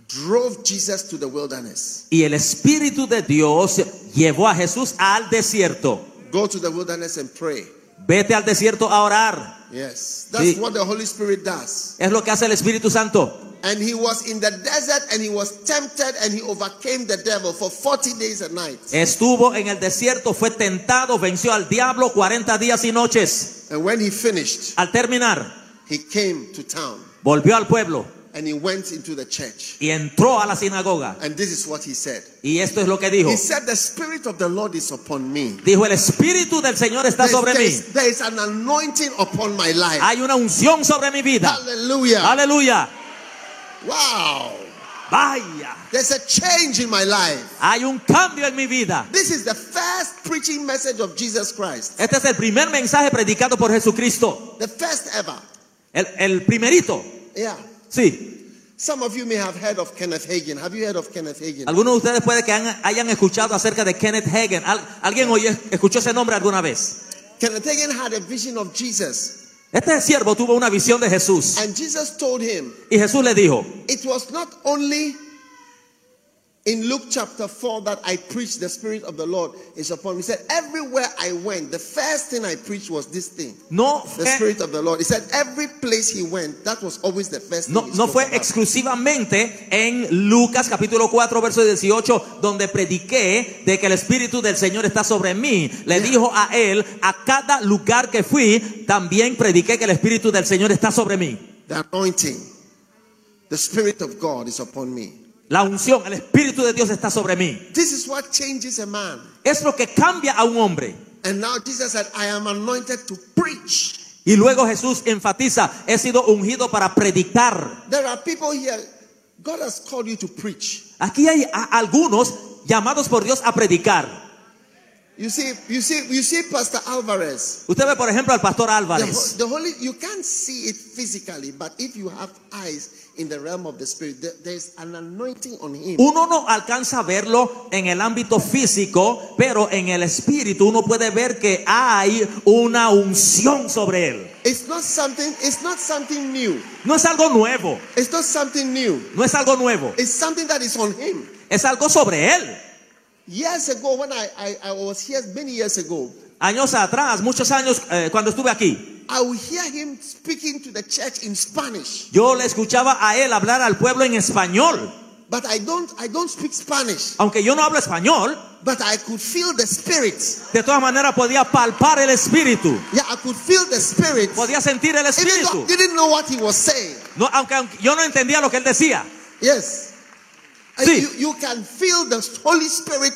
Speaker 1: drove Jesus to the wilderness.
Speaker 2: Y el Espíritu de Dios llevó a Jesús al desierto.
Speaker 1: Go to the wilderness and pray.
Speaker 2: Vete al desierto a orar.
Speaker 1: Yes. That's
Speaker 2: Sí.
Speaker 1: what the Holy Spirit does.
Speaker 2: Es lo que hace el Espíritu Santo.
Speaker 1: And he was in the desert and he was tempted and he overcame the devil for 40 days and nights.
Speaker 2: Estuvo en el desierto, fue tentado, venció al diablo 40 días y noches.
Speaker 1: And when he finished,
Speaker 2: Al terminar,
Speaker 1: he came to town
Speaker 2: volvió al pueblo
Speaker 1: and he went into the church.
Speaker 2: y entró a la sinagoga.
Speaker 1: And this is what he said.
Speaker 2: Y esto es lo que dijo.
Speaker 1: He said, The Spirit of the Lord is upon me.
Speaker 2: Dijo, el Espíritu del Señor está sobre
Speaker 1: there,
Speaker 2: mí.
Speaker 1: is, there is an anointing upon my life.
Speaker 2: Hay una unción sobre mi vida.
Speaker 1: Hallelujah.
Speaker 2: Aleluya.
Speaker 1: Wow.
Speaker 2: Vaya.
Speaker 1: There's a change in my life.
Speaker 2: Hay un cambio en mi vida.
Speaker 1: This is the first preaching message of Jesus Christ.
Speaker 2: Este es el primer mensaje predicado por Jesucristo.
Speaker 1: The first ever.
Speaker 2: El, el primerito,
Speaker 1: Yeah.
Speaker 2: sí.
Speaker 1: Some of you may have heard of Kenneth Hagin. Have you heard of Kenneth Hagin?
Speaker 2: Algunos de ustedes puede que han- hayan escuchado acerca de Kenneth Hagin. Al- ¿Alguien oyó, escuchó ese nombre alguna vez?
Speaker 1: Kenneth Hagin had a vision of Jesus.
Speaker 2: Este siervo tuvo una visión de Jesús
Speaker 1: And Jesus told him,
Speaker 2: y Jesús le dijo,
Speaker 1: It was not only in Luke chapter 4 that I preached the Spirit of the Lord is upon me. He said, Everywhere I went, the first thing I preached was this thing.
Speaker 2: no
Speaker 1: The
Speaker 2: fue,
Speaker 1: Spirit of the Lord. He said, Every place he went, that was always the first
Speaker 2: no,
Speaker 1: thing. he
Speaker 2: no
Speaker 1: spoke
Speaker 2: fue
Speaker 1: about.
Speaker 2: exclusivamente en Lucas capítulo 4 verso 18 donde prediqué de que el Espíritu del Señor está sobre mí. Le dijo a él, a cada lugar que fui, también prediqué que el Espíritu del Señor está sobre mí.
Speaker 1: The anointing. The Spirit of God is upon me.
Speaker 2: La unción, el Espíritu de Dios está sobre mí.
Speaker 1: This is what changes a man.
Speaker 2: es lo que cambia a un hombre.
Speaker 1: And now Jesus said, I am anointed to preach.
Speaker 2: Y luego Jesús enfatiza, he sido ungido para predicar.
Speaker 1: There are people here, God has called you to preach.
Speaker 2: Aquí hay a- algunos llamados por Dios a predicar.
Speaker 1: You see, you see, you see Pastor Alvarez.
Speaker 2: Usted ve, por ejemplo, al pastor
Speaker 1: The,
Speaker 2: Álvarez.
Speaker 1: ho- the Holy, you can't see it physically, but if you have eyes in the realm of the Spirit, there- there's an anointing on him.
Speaker 2: Uno no alcanza a verlo en el ámbito físico, pero en el espíritu uno puede ver que hay una unción sobre él.
Speaker 1: It's not something, it's not something new.
Speaker 2: No es algo nuevo,
Speaker 1: It's not something new.
Speaker 2: no es algo nuevo,
Speaker 1: It's something that is on him.
Speaker 2: es algo sobre él.
Speaker 1: Years ago, when I, I, I was here many years ago,
Speaker 2: Años atrás, muchos años, eh, cuando estuve aquí,
Speaker 1: I would hear him speaking to the church in Spanish.
Speaker 2: yo le escuchaba a él hablar al pueblo en español.
Speaker 1: But I don't I don't speak Spanish.
Speaker 2: Aunque yo no hablo español,
Speaker 1: But I could feel the spirit.
Speaker 2: de todas maneras podía palpar el espíritu,
Speaker 1: Yeah, I could feel the spirit.
Speaker 2: podía sentir el
Speaker 1: Even though
Speaker 2: espíritu.
Speaker 1: I didn't know what he was saying.
Speaker 2: No, aunque, aunque yo no entendía lo que él decía.
Speaker 1: Yes. And
Speaker 2: Sí.
Speaker 1: You, you can feel the Holy Spirit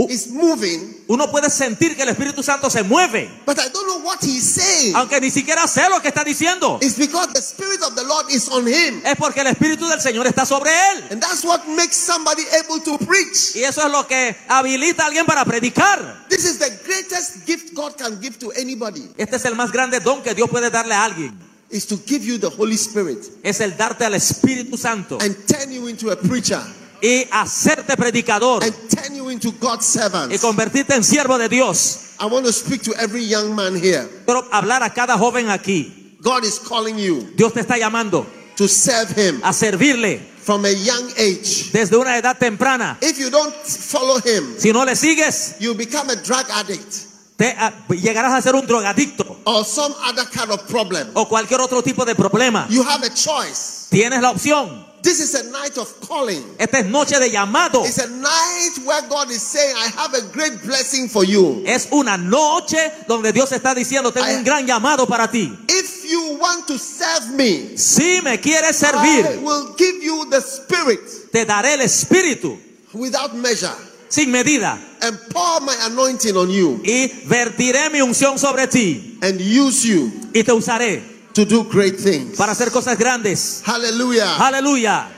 Speaker 2: Oh.
Speaker 1: is moving,
Speaker 2: Uno puede sentir que el Espíritu Santo se mueve.
Speaker 1: but I don't know what he's saying.
Speaker 2: aunque ni siquiera sé lo que está diciendo.
Speaker 1: It's because the Spirit of the Lord is on him.
Speaker 2: Es porque el Espíritu del Señor está sobre él.
Speaker 1: And that's what makes somebody able to preach.
Speaker 2: Y eso es lo que habilita a alguien para predicar.
Speaker 1: This is the greatest gift God can give to anybody,
Speaker 2: Este es el más grande don que Dios puede darle a alguien.
Speaker 1: is to give you the Holy Spirit
Speaker 2: Es el darte al Espíritu Santo
Speaker 1: and turn you into a preacher
Speaker 2: y hacerte predicador
Speaker 1: and turn you into God's
Speaker 2: y
Speaker 1: servant.
Speaker 2: convertirte en siervo de Dios.
Speaker 1: I want to speak to every young man here.
Speaker 2: Pero hablar a cada joven aquí.
Speaker 1: God is calling you
Speaker 2: Dios te está llamando
Speaker 1: to serve him
Speaker 2: a servirle
Speaker 1: from a young age.
Speaker 2: desde una edad temprana.
Speaker 1: If you don't follow him,
Speaker 2: Si no le sigues,
Speaker 1: you become a drug addict
Speaker 2: te ah, llegarás a ser un drogadicto
Speaker 1: or some other kind of problem.
Speaker 2: o cualquier otro tipo de problema.
Speaker 1: You have a choice.
Speaker 2: Tienes la opción.
Speaker 1: This is a night of calling.
Speaker 2: Esta es noche de llamado.
Speaker 1: It's a night where God is saying, I have a great blessing for you.
Speaker 2: Es una noche donde Dios está diciendo, tengo
Speaker 1: Ay.
Speaker 2: un gran llamado para ti.
Speaker 1: If you want to serve me,
Speaker 2: Si me quieres
Speaker 1: I
Speaker 2: servir,
Speaker 1: will give you the spirit
Speaker 2: te daré el espíritu
Speaker 1: without measure
Speaker 2: sin medida
Speaker 1: and pour my anointing on you
Speaker 2: y vertiré mi unción sobre ti
Speaker 1: and use you
Speaker 2: y te usaré
Speaker 1: to do great things.
Speaker 2: para hacer cosas grandes.
Speaker 1: Hallelujah.
Speaker 2: Aleluya.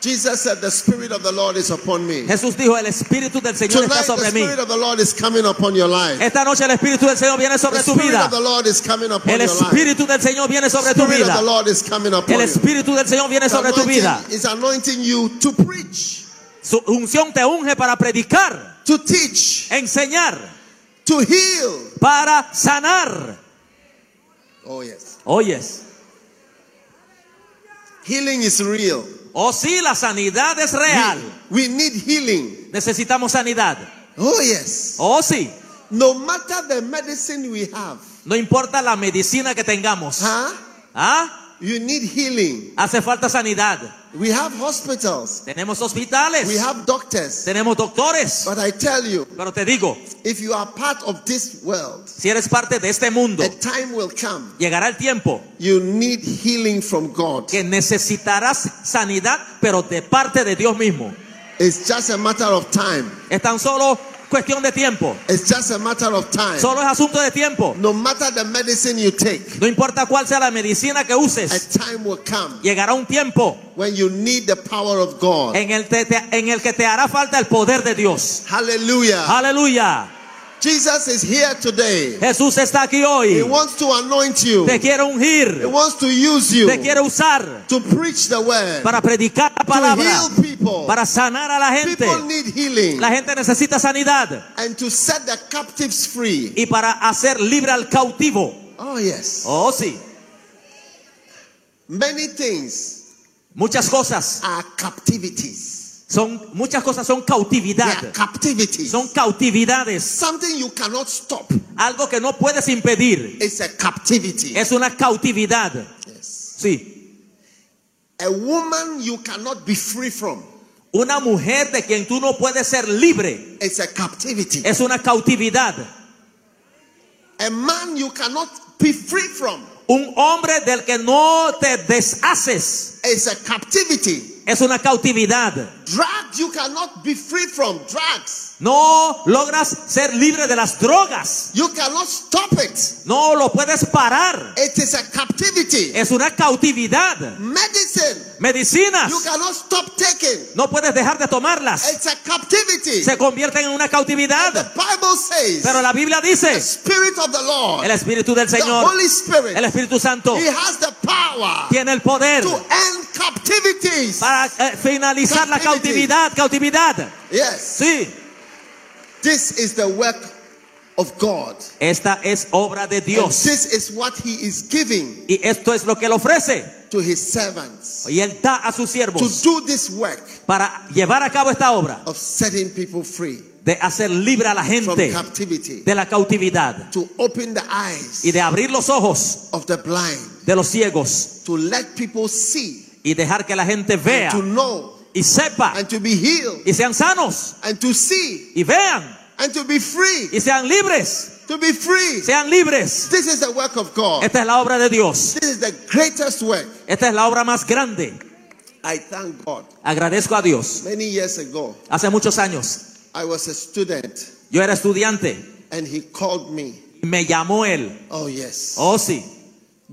Speaker 1: Jesus said, The Spirit of the Lord is upon me.
Speaker 2: Jesús dijo, el espíritu del Señor
Speaker 1: Tonight, the
Speaker 2: está sobre mí.
Speaker 1: Spirit of the Lord is coming upon your life.
Speaker 2: Esta noche el espíritu del Señor viene
Speaker 1: The
Speaker 2: sobre tu
Speaker 1: Spirit
Speaker 2: vida.
Speaker 1: of the Lord is coming upon
Speaker 2: El
Speaker 1: your life.
Speaker 2: espíritu del Señor viene sobre tu
Speaker 1: Spirit of
Speaker 2: vida.
Speaker 1: the Lord is coming upon
Speaker 2: El
Speaker 1: you.
Speaker 2: espíritu del Señor viene sobre tu vida.
Speaker 1: Is anointing you to preach,
Speaker 2: Su unción te unge para predicar,
Speaker 1: to teach,
Speaker 2: enseñar,
Speaker 1: to heal.
Speaker 2: para sanar.
Speaker 1: Oh yes,
Speaker 2: Oyes.
Speaker 1: healing is real.
Speaker 2: Oh, sí, la sanidad es real.
Speaker 1: We, we need healing.
Speaker 2: Necesitamos sanidad.
Speaker 1: Oh yes.
Speaker 2: Oh, sí.
Speaker 1: No matter the medicine we have,
Speaker 2: No importa la medicina que tengamos.
Speaker 1: huh?
Speaker 2: ¿Ah?
Speaker 1: You need healing.
Speaker 2: Hace falta sanidad.
Speaker 1: We have hospitals.
Speaker 2: Tenemos
Speaker 1: We
Speaker 2: hospitales.
Speaker 1: have doctors.
Speaker 2: Tenemos doctores.
Speaker 1: But I tell you,
Speaker 2: Pero te digo,
Speaker 1: if you are part of this world,
Speaker 2: si eres parte de este mundo,
Speaker 1: a time will come.
Speaker 2: llegará el tiempo
Speaker 1: You need healing from God.
Speaker 2: que necesitarás sanidad, pero de parte de Dios mismo.
Speaker 1: It's just a matter of time.
Speaker 2: Es tan solo cuestión de tiempo.
Speaker 1: It's just a matter of time.
Speaker 2: Solo es asunto de tiempo.
Speaker 1: No matter the medicine you take,
Speaker 2: No importa cuál sea la medicina que
Speaker 1: a
Speaker 2: uses,
Speaker 1: time will come
Speaker 2: llegará un tiempo
Speaker 1: when you need the power of God.
Speaker 2: en el, te- te- en el que te hará falta el poder de Dios.
Speaker 1: Hallelujah.
Speaker 2: Aleluya.
Speaker 1: Jesus is here today.
Speaker 2: Jesús está aquí
Speaker 1: He
Speaker 2: hoy.
Speaker 1: wants to anoint you.
Speaker 2: Te quiere
Speaker 1: He
Speaker 2: ungir.
Speaker 1: wants to use you
Speaker 2: Te quiere usar
Speaker 1: to preach the word,
Speaker 2: para predicar la
Speaker 1: to
Speaker 2: palabra,
Speaker 1: heal people.
Speaker 2: para sanar a la gente.
Speaker 1: People need healing
Speaker 2: La gente necesita sanidad
Speaker 1: and to set the captives free.
Speaker 2: y para hacer libre al cautivo.
Speaker 1: Oh, yes.
Speaker 2: Oh, sí.
Speaker 1: Many things
Speaker 2: Muchas cosas
Speaker 1: are captivities.
Speaker 2: son muchas cosas son
Speaker 1: They are
Speaker 2: cautividad.
Speaker 1: captivities.
Speaker 2: Son cautividades,
Speaker 1: Something you cannot stop
Speaker 2: algo que no puedes impedir.
Speaker 1: It's a captivity.
Speaker 2: Es una cautividad.
Speaker 1: Yes.
Speaker 2: Sí.
Speaker 1: A woman you cannot be free from.
Speaker 2: Una mujer de quien tú no puedes ser libre
Speaker 1: It's a captivity.
Speaker 2: es una cautividad.
Speaker 1: A man you cannot be free from.
Speaker 2: Un hombre del que no te deshaces
Speaker 1: It's a captivity.
Speaker 2: es una cautividad.
Speaker 1: Drugs you cannot be free from. Drugs.
Speaker 2: No logras ser libre de las drogas.
Speaker 1: You cannot stop it.
Speaker 2: No lo puedes parar.
Speaker 1: It is a captivity.
Speaker 2: Es una cautividad.
Speaker 1: Medicine.
Speaker 2: Medicinas.
Speaker 1: You cannot stop taking.
Speaker 2: No puedes dejar de tomarlas.
Speaker 1: It's a captivity.
Speaker 2: Se convierten en una
Speaker 1: The
Speaker 2: cautividad.
Speaker 1: Bible says
Speaker 2: Pero la Biblia
Speaker 1: the
Speaker 2: dice,
Speaker 1: Spirit of the Lord,
Speaker 2: el Espíritu del
Speaker 1: the
Speaker 2: Señor,
Speaker 1: Holy Spirit,
Speaker 2: el Espíritu Santo,
Speaker 1: He has the power
Speaker 2: tiene el poder
Speaker 1: to end captivities.
Speaker 2: para eh, finalizar la
Speaker 1: Captivity.
Speaker 2: cautividad. Cautividad.
Speaker 1: Yes.
Speaker 2: Sí.
Speaker 1: This is the work of God.
Speaker 2: Esta es obra de
Speaker 1: And
Speaker 2: Dios.
Speaker 1: this is what He is giving
Speaker 2: Y esto es lo que Él ofrece.
Speaker 1: to His servants
Speaker 2: Y Él da a sus
Speaker 1: to
Speaker 2: siervos
Speaker 1: do this work
Speaker 2: para llevar a cabo esta obra
Speaker 1: of setting people free
Speaker 2: de hacer libre a la
Speaker 1: from
Speaker 2: gente
Speaker 1: captivity,
Speaker 2: de la cautividad
Speaker 1: to open the eyes
Speaker 2: y de abrir los ojos
Speaker 1: of the blind,
Speaker 2: de los ciegos
Speaker 1: to let people see,
Speaker 2: y dejar que la gente vea
Speaker 1: and to know,
Speaker 2: y sepa
Speaker 1: and to be healed,
Speaker 2: y sean sanos
Speaker 1: and to see,
Speaker 2: y vean
Speaker 1: and to be free,
Speaker 2: y sean libres,
Speaker 1: to be free.
Speaker 2: sean libres.
Speaker 1: This is the work of God.
Speaker 2: Esta es la obra de Dios.
Speaker 1: This is the greatest work.
Speaker 2: Esta es la obra más grande.
Speaker 1: I thank God.
Speaker 2: Agradezco a Dios.
Speaker 1: Many years ago,
Speaker 2: Hace muchos años
Speaker 1: I was a student
Speaker 2: yo era estudiante
Speaker 1: and he called me.
Speaker 2: y me llamó él.
Speaker 1: Oh, yes.
Speaker 2: Oh sí,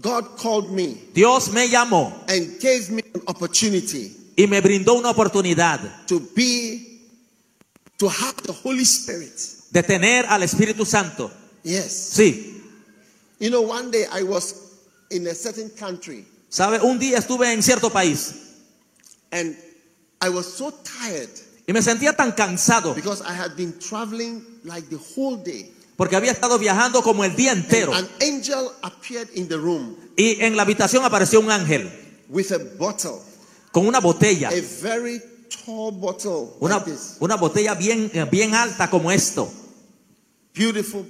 Speaker 1: God called me
Speaker 2: Dios me llamó
Speaker 1: and gave me an opportunity
Speaker 2: y me brindó una oportunidad
Speaker 1: to be, to have the Holy Spirit.
Speaker 2: de tener al Espíritu Santo.
Speaker 1: Yes.
Speaker 2: Sí,
Speaker 1: You know, one day I was in a certain country
Speaker 2: sabe, un día estuve en cierto país
Speaker 1: and I was so tired
Speaker 2: y me sentía tan cansado
Speaker 1: because I had been traveling like the whole day.
Speaker 2: porque había estado viajando como el día
Speaker 1: And
Speaker 2: entero
Speaker 1: an angel appeared in the room
Speaker 2: y en la habitación apareció un ángel
Speaker 1: with a bottle,
Speaker 2: con una botella,
Speaker 1: a very tall bottle
Speaker 2: una,
Speaker 1: like this,
Speaker 2: una botella bien, eh, bien alta como esto
Speaker 1: beautiful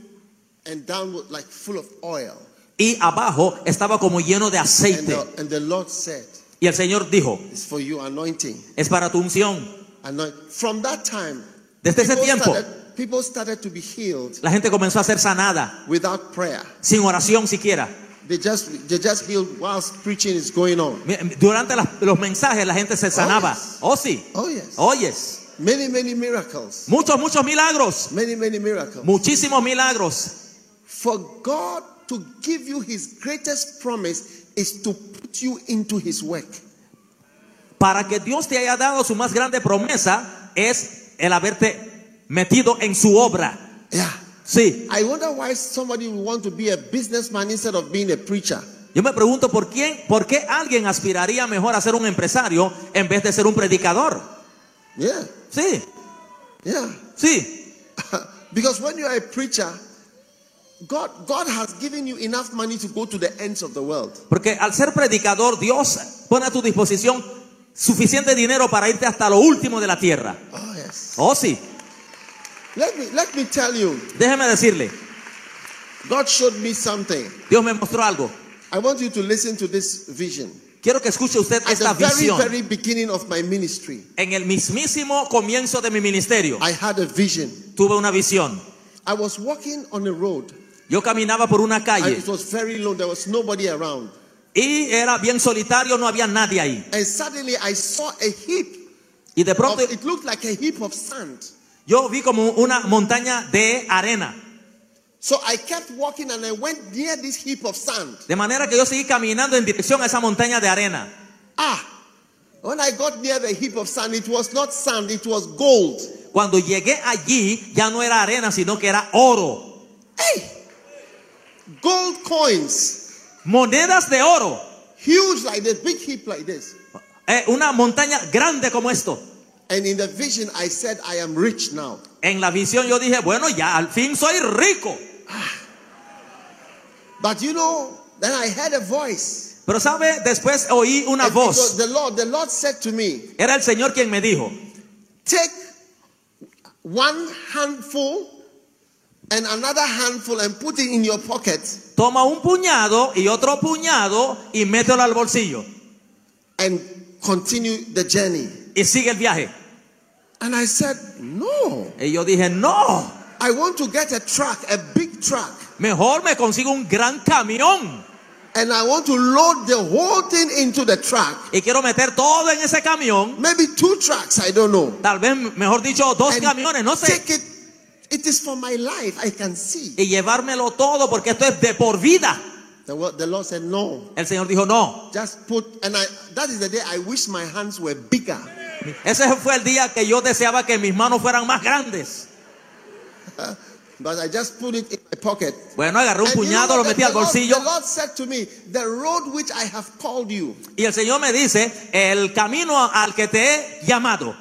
Speaker 1: and downward, like full of oil.
Speaker 2: y abajo estaba como lleno de
Speaker 1: And
Speaker 2: aceite
Speaker 1: the, and the Lord said,
Speaker 2: y el Señor dijo,
Speaker 1: It's for you anointing.
Speaker 2: es para tu unción.
Speaker 1: Anoint. From that time,
Speaker 2: Desde ese
Speaker 1: people
Speaker 2: tiempo,
Speaker 1: started, people started to be healed
Speaker 2: la gente comenzó a ser sanada,
Speaker 1: without prayer.
Speaker 2: sin oración siquiera.
Speaker 1: They just they just healed whilst preaching is going on.
Speaker 2: Mi- eh, Durante las- los mensajes la gente se sanaba. Oh sí,
Speaker 1: Oh yes.
Speaker 2: oyes,
Speaker 1: Many many miracles.
Speaker 2: muchos, muchos milagros,
Speaker 1: Many many miracles.
Speaker 2: muchísimos milagros.
Speaker 1: For God to give you His greatest promise is to put you into His work.
Speaker 2: Para que Dios te haya dado su más grande promesa es el haberte metido en su obra.
Speaker 1: Yeah.
Speaker 2: Sí,
Speaker 1: I wonder why somebody would want to be a businessman instead of being a preacher.
Speaker 2: yo me pregunto por quién, por qué alguien aspiraría mejor a ser un empresario en vez de ser un predicador.
Speaker 1: Yeah.
Speaker 2: Sí,
Speaker 1: Yeah.
Speaker 2: sí,
Speaker 1: because when you are a preacher, God, God has given you enough money to go to the ends of the world.
Speaker 2: porque al ser predicador Dios pone a tu disposición suficiente dinero para irte hasta lo último de la tierra.
Speaker 1: Oh yes.
Speaker 2: Oh sí,
Speaker 1: Let me let me tell you,
Speaker 2: déjeme decirle,
Speaker 1: God showed me something.
Speaker 2: Dios me mostró algo.
Speaker 1: I want you to listen to this vision.
Speaker 2: Quiero que escuche usted
Speaker 1: At
Speaker 2: esta
Speaker 1: the very,
Speaker 2: visión.
Speaker 1: very beginning of my ministry,
Speaker 2: En el mismísimo comienzo de mi ministerio,
Speaker 1: I had a vision.
Speaker 2: tuve una visión.
Speaker 1: I was walking on a road.
Speaker 2: Yo caminaba por una
Speaker 1: And
Speaker 2: calle
Speaker 1: it was very low. There was nobody around.
Speaker 2: y era bien solitario, no había nadie ahí.
Speaker 1: And suddenly I saw a heap.
Speaker 2: Y de
Speaker 1: Of,
Speaker 2: pronto
Speaker 1: it looked like a heap of sand.
Speaker 2: yo vi como una montaña de arena.
Speaker 1: So I kept walking and I went near this heap of sand.
Speaker 2: De manera que yo seguí caminando en dirección a esa montaña de arena.
Speaker 1: Ah, when I got near the heap of sand, it was not sand, it was gold.
Speaker 2: Cuando llegué allí, ya no era arena, sino que era oro.
Speaker 1: Hey, gold coins,
Speaker 2: Monedas de oro.
Speaker 1: huge like this, big heap like this.
Speaker 2: Eh, una montaña grande como esto.
Speaker 1: And in the vision, I said, I am rich now.
Speaker 2: En la visión yo dije, bueno, ya al fin soy rico.
Speaker 1: But you know, then I heard a voice.
Speaker 2: Pero sabe, después oí una
Speaker 1: And it was
Speaker 2: voz.
Speaker 1: the Lord, the Lord said to me,
Speaker 2: Era el Señor quien me dijo,
Speaker 1: take one handful and another handful and put it in your pocket
Speaker 2: toma un puñado y otro puñado y mételo al bolsillo
Speaker 1: and continue the journey.
Speaker 2: y sigue el viaje.
Speaker 1: And I said, no.
Speaker 2: Y yo dije, no,
Speaker 1: I want to get a truck, a big truck.
Speaker 2: mejor me consigo un gran camión
Speaker 1: and I want to load the whole thing into the truck.
Speaker 2: y quiero meter todo en ese camión,
Speaker 1: Maybe two trucks, I don't know.
Speaker 2: tal vez mejor dicho dos
Speaker 1: And
Speaker 2: camiones, no sé,
Speaker 1: Take it. It is for my life. I can see.
Speaker 2: y llevármelo todo porque esto es de por vida.
Speaker 1: The, wo- the Lord said, No.
Speaker 2: El Señor dijo, no,
Speaker 1: Just put, and I, that is the day I wish my hands were bigger.
Speaker 2: ese fue el día que yo deseaba que mis manos fueran más grandes.
Speaker 1: But I just put it in my pocket.
Speaker 2: Bueno, agarré un
Speaker 1: And you know
Speaker 2: puñado, lo
Speaker 1: that
Speaker 2: metí al
Speaker 1: the Lord-
Speaker 2: bolsillo
Speaker 1: the Lord said to me, The road which I have called you,
Speaker 2: y el Señor me dice, el camino al que te he llamado,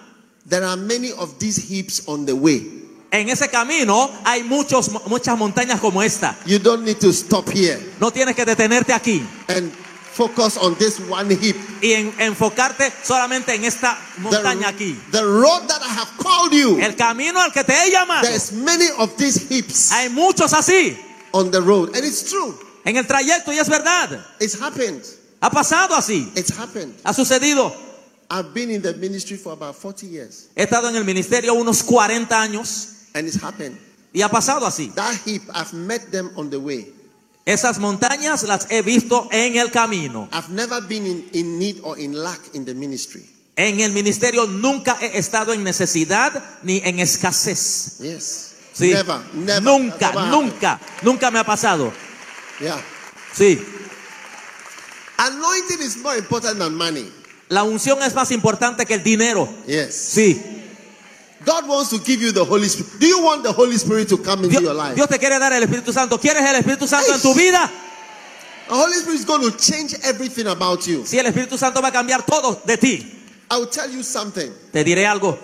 Speaker 1: there are many of these heaps on the way.
Speaker 2: en ese camino hay muchos, muchas montañas como esta.
Speaker 1: You don't need to stop here
Speaker 2: No tienes que detenerte aquí
Speaker 1: and focus on this one heap.
Speaker 2: y en- enfocarte solamente en esta
Speaker 1: The,
Speaker 2: montaña aquí.
Speaker 1: the road that I have called you,
Speaker 2: El camino al que te he llamado.
Speaker 1: there's many of these heaps
Speaker 2: Hay muchos así
Speaker 1: on the road. And it's true.
Speaker 2: en el trayecto y es verdad.
Speaker 1: It's happened.
Speaker 2: Ha pasado así.
Speaker 1: It's happened.
Speaker 2: Ha sucedido.
Speaker 1: I've been in the ministry for about 40 years.
Speaker 2: He estado en el ministerio unos 40 años
Speaker 1: And it's happened.
Speaker 2: y ha pasado así.
Speaker 1: That heap, I've met them on the way.
Speaker 2: Esas montañas las he visto en el camino.
Speaker 1: I've never been in, in need or in lack in the ministry.
Speaker 2: En el ministerio nunca he estado en necesidad ni en escasez.
Speaker 1: Yes.
Speaker 2: Sí.
Speaker 1: Never, never.
Speaker 2: nunca,
Speaker 1: That's never happened.
Speaker 2: nunca, nunca me ha pasado.
Speaker 1: Yeah.
Speaker 2: Sí.
Speaker 1: Anointing is more important than money.
Speaker 2: La unción es más importante que el dinero.
Speaker 1: Yes.
Speaker 2: Sí.
Speaker 1: God wants to give you the Holy Spirit. Do you want the Holy Spirit to come into
Speaker 2: Dios,
Speaker 1: your life?
Speaker 2: Dios te quiere dar el Espíritu Santo. ¿Quieres el Espíritu Santo en tu vida?
Speaker 1: The Holy Spirit is going to change everything about you.
Speaker 2: Si el Espíritu Santo va a cambiar todo de ti.
Speaker 1: I will tell you something.
Speaker 2: Te diré algo.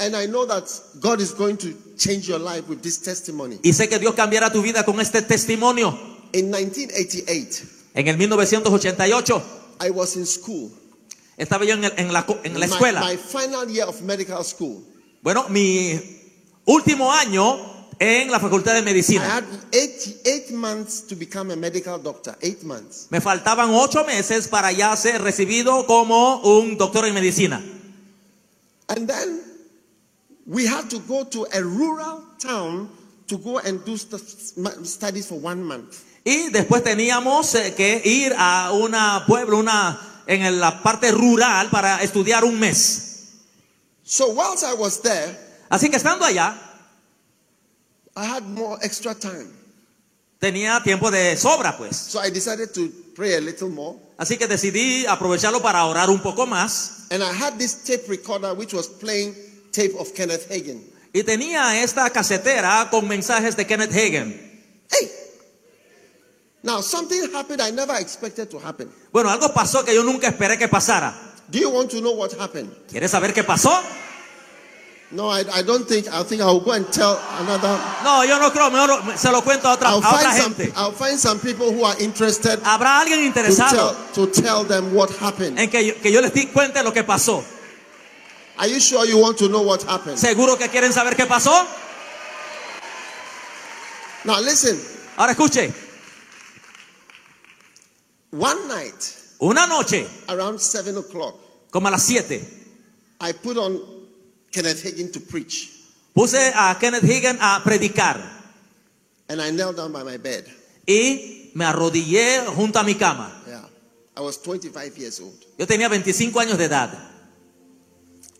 Speaker 1: And I know that God is going to change your life with this testimony.
Speaker 2: Y sé que Dios cambiará tu vida con este testimonio.
Speaker 1: In 1988,
Speaker 2: En el 1988
Speaker 1: I was in school.
Speaker 2: estaba yo en, el- en la, co- en la
Speaker 1: My-
Speaker 2: escuela.
Speaker 1: My, final year of medical school.
Speaker 2: Bueno, mi último año en la Facultad de
Speaker 1: I
Speaker 2: Medicina.
Speaker 1: had eight, eight months to become a medical doctor. Eight months.
Speaker 2: Me faltaban ocho meses para ya ser recibido como un doctor en medicina.
Speaker 1: And then we had to go to a rural town to go and do stu- sm- studies for one month.
Speaker 2: Y después teníamos eh, que ir a una pueblo, una en el- la parte rural para estudiar un mes.
Speaker 1: So whilst I was there,
Speaker 2: Así que estando allá,
Speaker 1: I had more extra time.
Speaker 2: tenía tiempo de sobra, pues.
Speaker 1: So I decided to pray a little more.
Speaker 2: Así que decidí aprovecharlo para orar un poco más.
Speaker 1: And I had this tape recorder which was playing tape of Kenneth Hagin.
Speaker 2: Y tenía esta casetera con mensajes de Kenneth Hagen.
Speaker 1: Hey! Now something happened I never expected to happen.
Speaker 2: Bueno, algo pasó que yo nunca esperé que pasara.
Speaker 1: Do you want to know what happened?
Speaker 2: ¿Quieres saber qué pasó?
Speaker 1: No, I, I don't think. I think I'll go and tell another.
Speaker 2: No, yo no creo, mejor se lo cuento a otra, a
Speaker 1: I'll
Speaker 2: otra
Speaker 1: find some.
Speaker 2: gente.
Speaker 1: I'll find some people who are interested
Speaker 2: Habrá alguien
Speaker 1: to
Speaker 2: interesado
Speaker 1: tell, to tell them what happened.
Speaker 2: en que yo, que yo les di cuenta de lo que pasó.
Speaker 1: Are you sure you want to know what happened?
Speaker 2: ¿Seguro que quieren saber qué pasó?
Speaker 1: Now listen.
Speaker 2: Ahora escuche,
Speaker 1: One night
Speaker 2: una noche,
Speaker 1: around seven o'clock,
Speaker 2: como a las 7,
Speaker 1: I put on Kenneth Hagin to preach,
Speaker 2: puse a Kenneth Higgin a predicar
Speaker 1: and I knelt down by my bed.
Speaker 2: y me arrodillé junto a mi cama.
Speaker 1: Yeah, I was 25 years old,
Speaker 2: Yo tenía 25 años de edad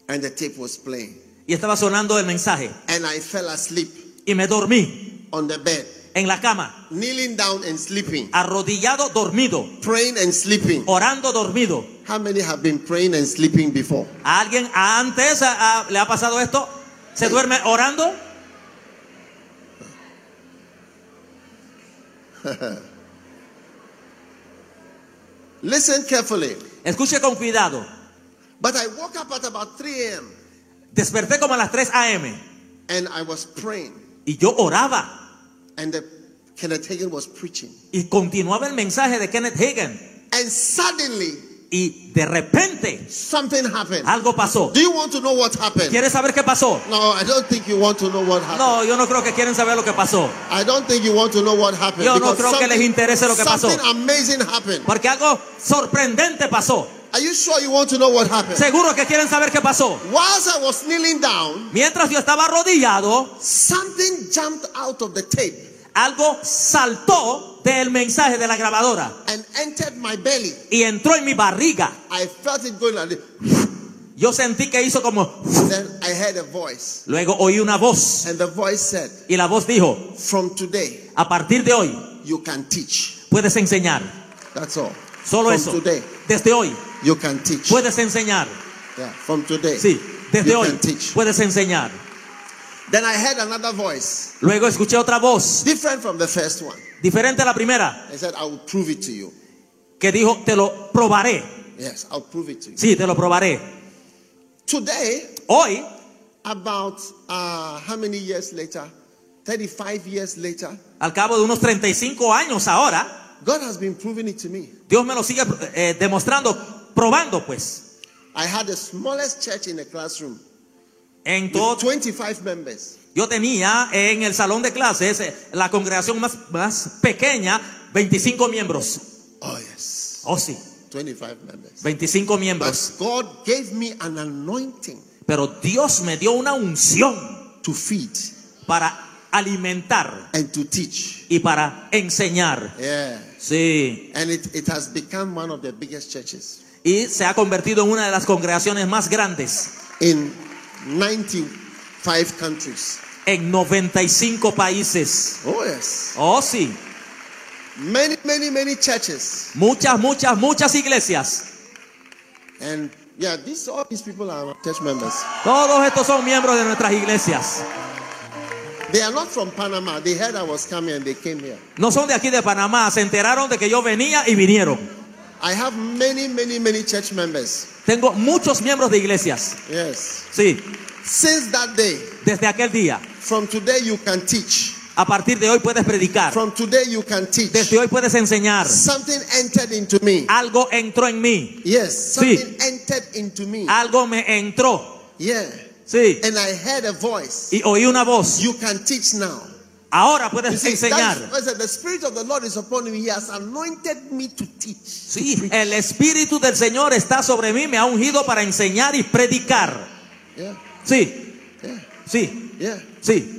Speaker 1: and the tape was playing,
Speaker 2: y estaba sonando el mensaje
Speaker 1: and I fell asleep
Speaker 2: y me dormí
Speaker 1: on the bed,
Speaker 2: en la cama,
Speaker 1: kneeling down and sleeping,
Speaker 2: arrodillado, dormido,
Speaker 1: praying and sleeping.
Speaker 2: orando, dormido.
Speaker 1: How many have been praying and sleeping before?
Speaker 2: ¿A alguien antes ah, ah, le ha pasado esto? ¿Se duerme orando?
Speaker 1: Listen carefully.
Speaker 2: Escuche con cuidado.
Speaker 1: But I woke up at about 3 a.m.
Speaker 2: Desperté como a las 3 a.m.
Speaker 1: and I was praying,
Speaker 2: y yo oraba
Speaker 1: and the, Kenneth Hagin was preaching.
Speaker 2: y continuaba el mensaje de Kenneth Higgin
Speaker 1: And suddenly,
Speaker 2: y de repente
Speaker 1: something happened.
Speaker 2: Algo pasó.
Speaker 1: Do you want to know what happened?
Speaker 2: ¿Quieres saber qué pasó?
Speaker 1: No, I don't think you want to know what happened.
Speaker 2: No, yo no creo que quieren saber lo que pasó.
Speaker 1: I don't think you want to know what happened.
Speaker 2: Yo no
Speaker 1: because
Speaker 2: creo que les
Speaker 1: something-
Speaker 2: interese lo que pasó.
Speaker 1: Something amazing happened.
Speaker 2: Porque algo sorprendente pasó.
Speaker 1: Are you sure you want to know what happened?
Speaker 2: Seguro que quieren saber qué pasó.
Speaker 1: Whilst I was kneeling down,
Speaker 2: Mientras yo estaba arrodillado,
Speaker 1: something jumped out of the tape
Speaker 2: algo saltó del mensaje de la grabadora
Speaker 1: and entered my belly.
Speaker 2: y entró en mi barriga.
Speaker 1: I felt it going like this.
Speaker 2: Yo sentí que hizo como...
Speaker 1: Then I heard a voice.
Speaker 2: Luego oí una voz
Speaker 1: And the voice said,
Speaker 2: y la voz dijo,
Speaker 1: From today,
Speaker 2: a partir de hoy
Speaker 1: you can teach.
Speaker 2: puedes enseñar.
Speaker 1: That's all.
Speaker 2: Solo
Speaker 1: From
Speaker 2: eso.
Speaker 1: today,
Speaker 2: Desde hoy
Speaker 1: you can teach.
Speaker 2: puedes enseñar.
Speaker 1: Yeah, from today,
Speaker 2: Sí, desde
Speaker 1: you
Speaker 2: hoy
Speaker 1: can teach.
Speaker 2: puedes enseñar.
Speaker 1: Then I heard another voice,
Speaker 2: Luego escuché otra voz,
Speaker 1: different from the first one.
Speaker 2: diferente a la primera,
Speaker 1: I said, I will prove it to you.
Speaker 2: que dijo, te lo probaré.
Speaker 1: Yes, I'll prove it to you.
Speaker 2: Sí, te lo probaré.
Speaker 1: Today,
Speaker 2: Hoy,
Speaker 1: about uh, how many years later? 35 years later,
Speaker 2: al cabo de unos 35 años ahora,
Speaker 1: God has been proving it to me.
Speaker 2: Dios me lo sigue eh, demostrando, probando pues.
Speaker 1: I had the smallest church in the classroom
Speaker 2: En todo,
Speaker 1: with 25 members.
Speaker 2: yo tenía en el salón de clases eh, la congregación más, más pequeña, 25 miembros.
Speaker 1: Oh, yes,
Speaker 2: Oh sí,
Speaker 1: 25 members.
Speaker 2: 25 miembros.
Speaker 1: But God gave me an anointing
Speaker 2: Pero Dios me dio una unción
Speaker 1: to feed
Speaker 2: para alimentar
Speaker 1: and to teach.
Speaker 2: y para enseñar.
Speaker 1: Yeah.
Speaker 2: Sí,
Speaker 1: And it, it has become one of the biggest churches.
Speaker 2: y se ha convertido en una de las congregaciones más grandes
Speaker 1: in 95 countries.
Speaker 2: en 95 países.
Speaker 1: Oh, yes.
Speaker 2: Oh, sí.
Speaker 1: Many, many, many churches.
Speaker 2: Muchas, muchas, muchas iglesias.
Speaker 1: And yeah, these all these people are church members.
Speaker 2: Todos estos son miembros de nuestras iglesias.
Speaker 1: They are not from Panama. They heard I was coming and they came here.
Speaker 2: No son de aquí de Panamá. Se enteraron de que yo venía y vinieron.
Speaker 1: I have many, many, many church members.
Speaker 2: Tengo muchos miembros de iglesias.
Speaker 1: Yes.
Speaker 2: Sí.
Speaker 1: Since that day,
Speaker 2: Desde aquel día.
Speaker 1: from today you can teach.
Speaker 2: A partir de hoy puedes predicar.
Speaker 1: From today you can teach.
Speaker 2: Desde hoy puedes enseñar.
Speaker 1: Something entered into me.
Speaker 2: Algo entró en mí.
Speaker 1: Yes.
Speaker 2: Sí.
Speaker 1: Something entered into me.
Speaker 2: Algo me entró.
Speaker 1: Yeah.
Speaker 2: Sí.
Speaker 1: And I heard a voice.
Speaker 2: Y oí una voz.
Speaker 1: You can teach now.
Speaker 2: Ahora
Speaker 1: You
Speaker 2: puedes
Speaker 1: see,
Speaker 2: enseñar.
Speaker 1: that's- I said, the Spirit of the Lord is upon me. He has anointed me to teach.
Speaker 2: Sí, el Espíritu del Señor está sobre mí, me ha ungido para enseñar y predicar.
Speaker 1: Yeah,
Speaker 2: Sí,
Speaker 1: yeah,
Speaker 2: sí,
Speaker 1: yeah.
Speaker 2: sí.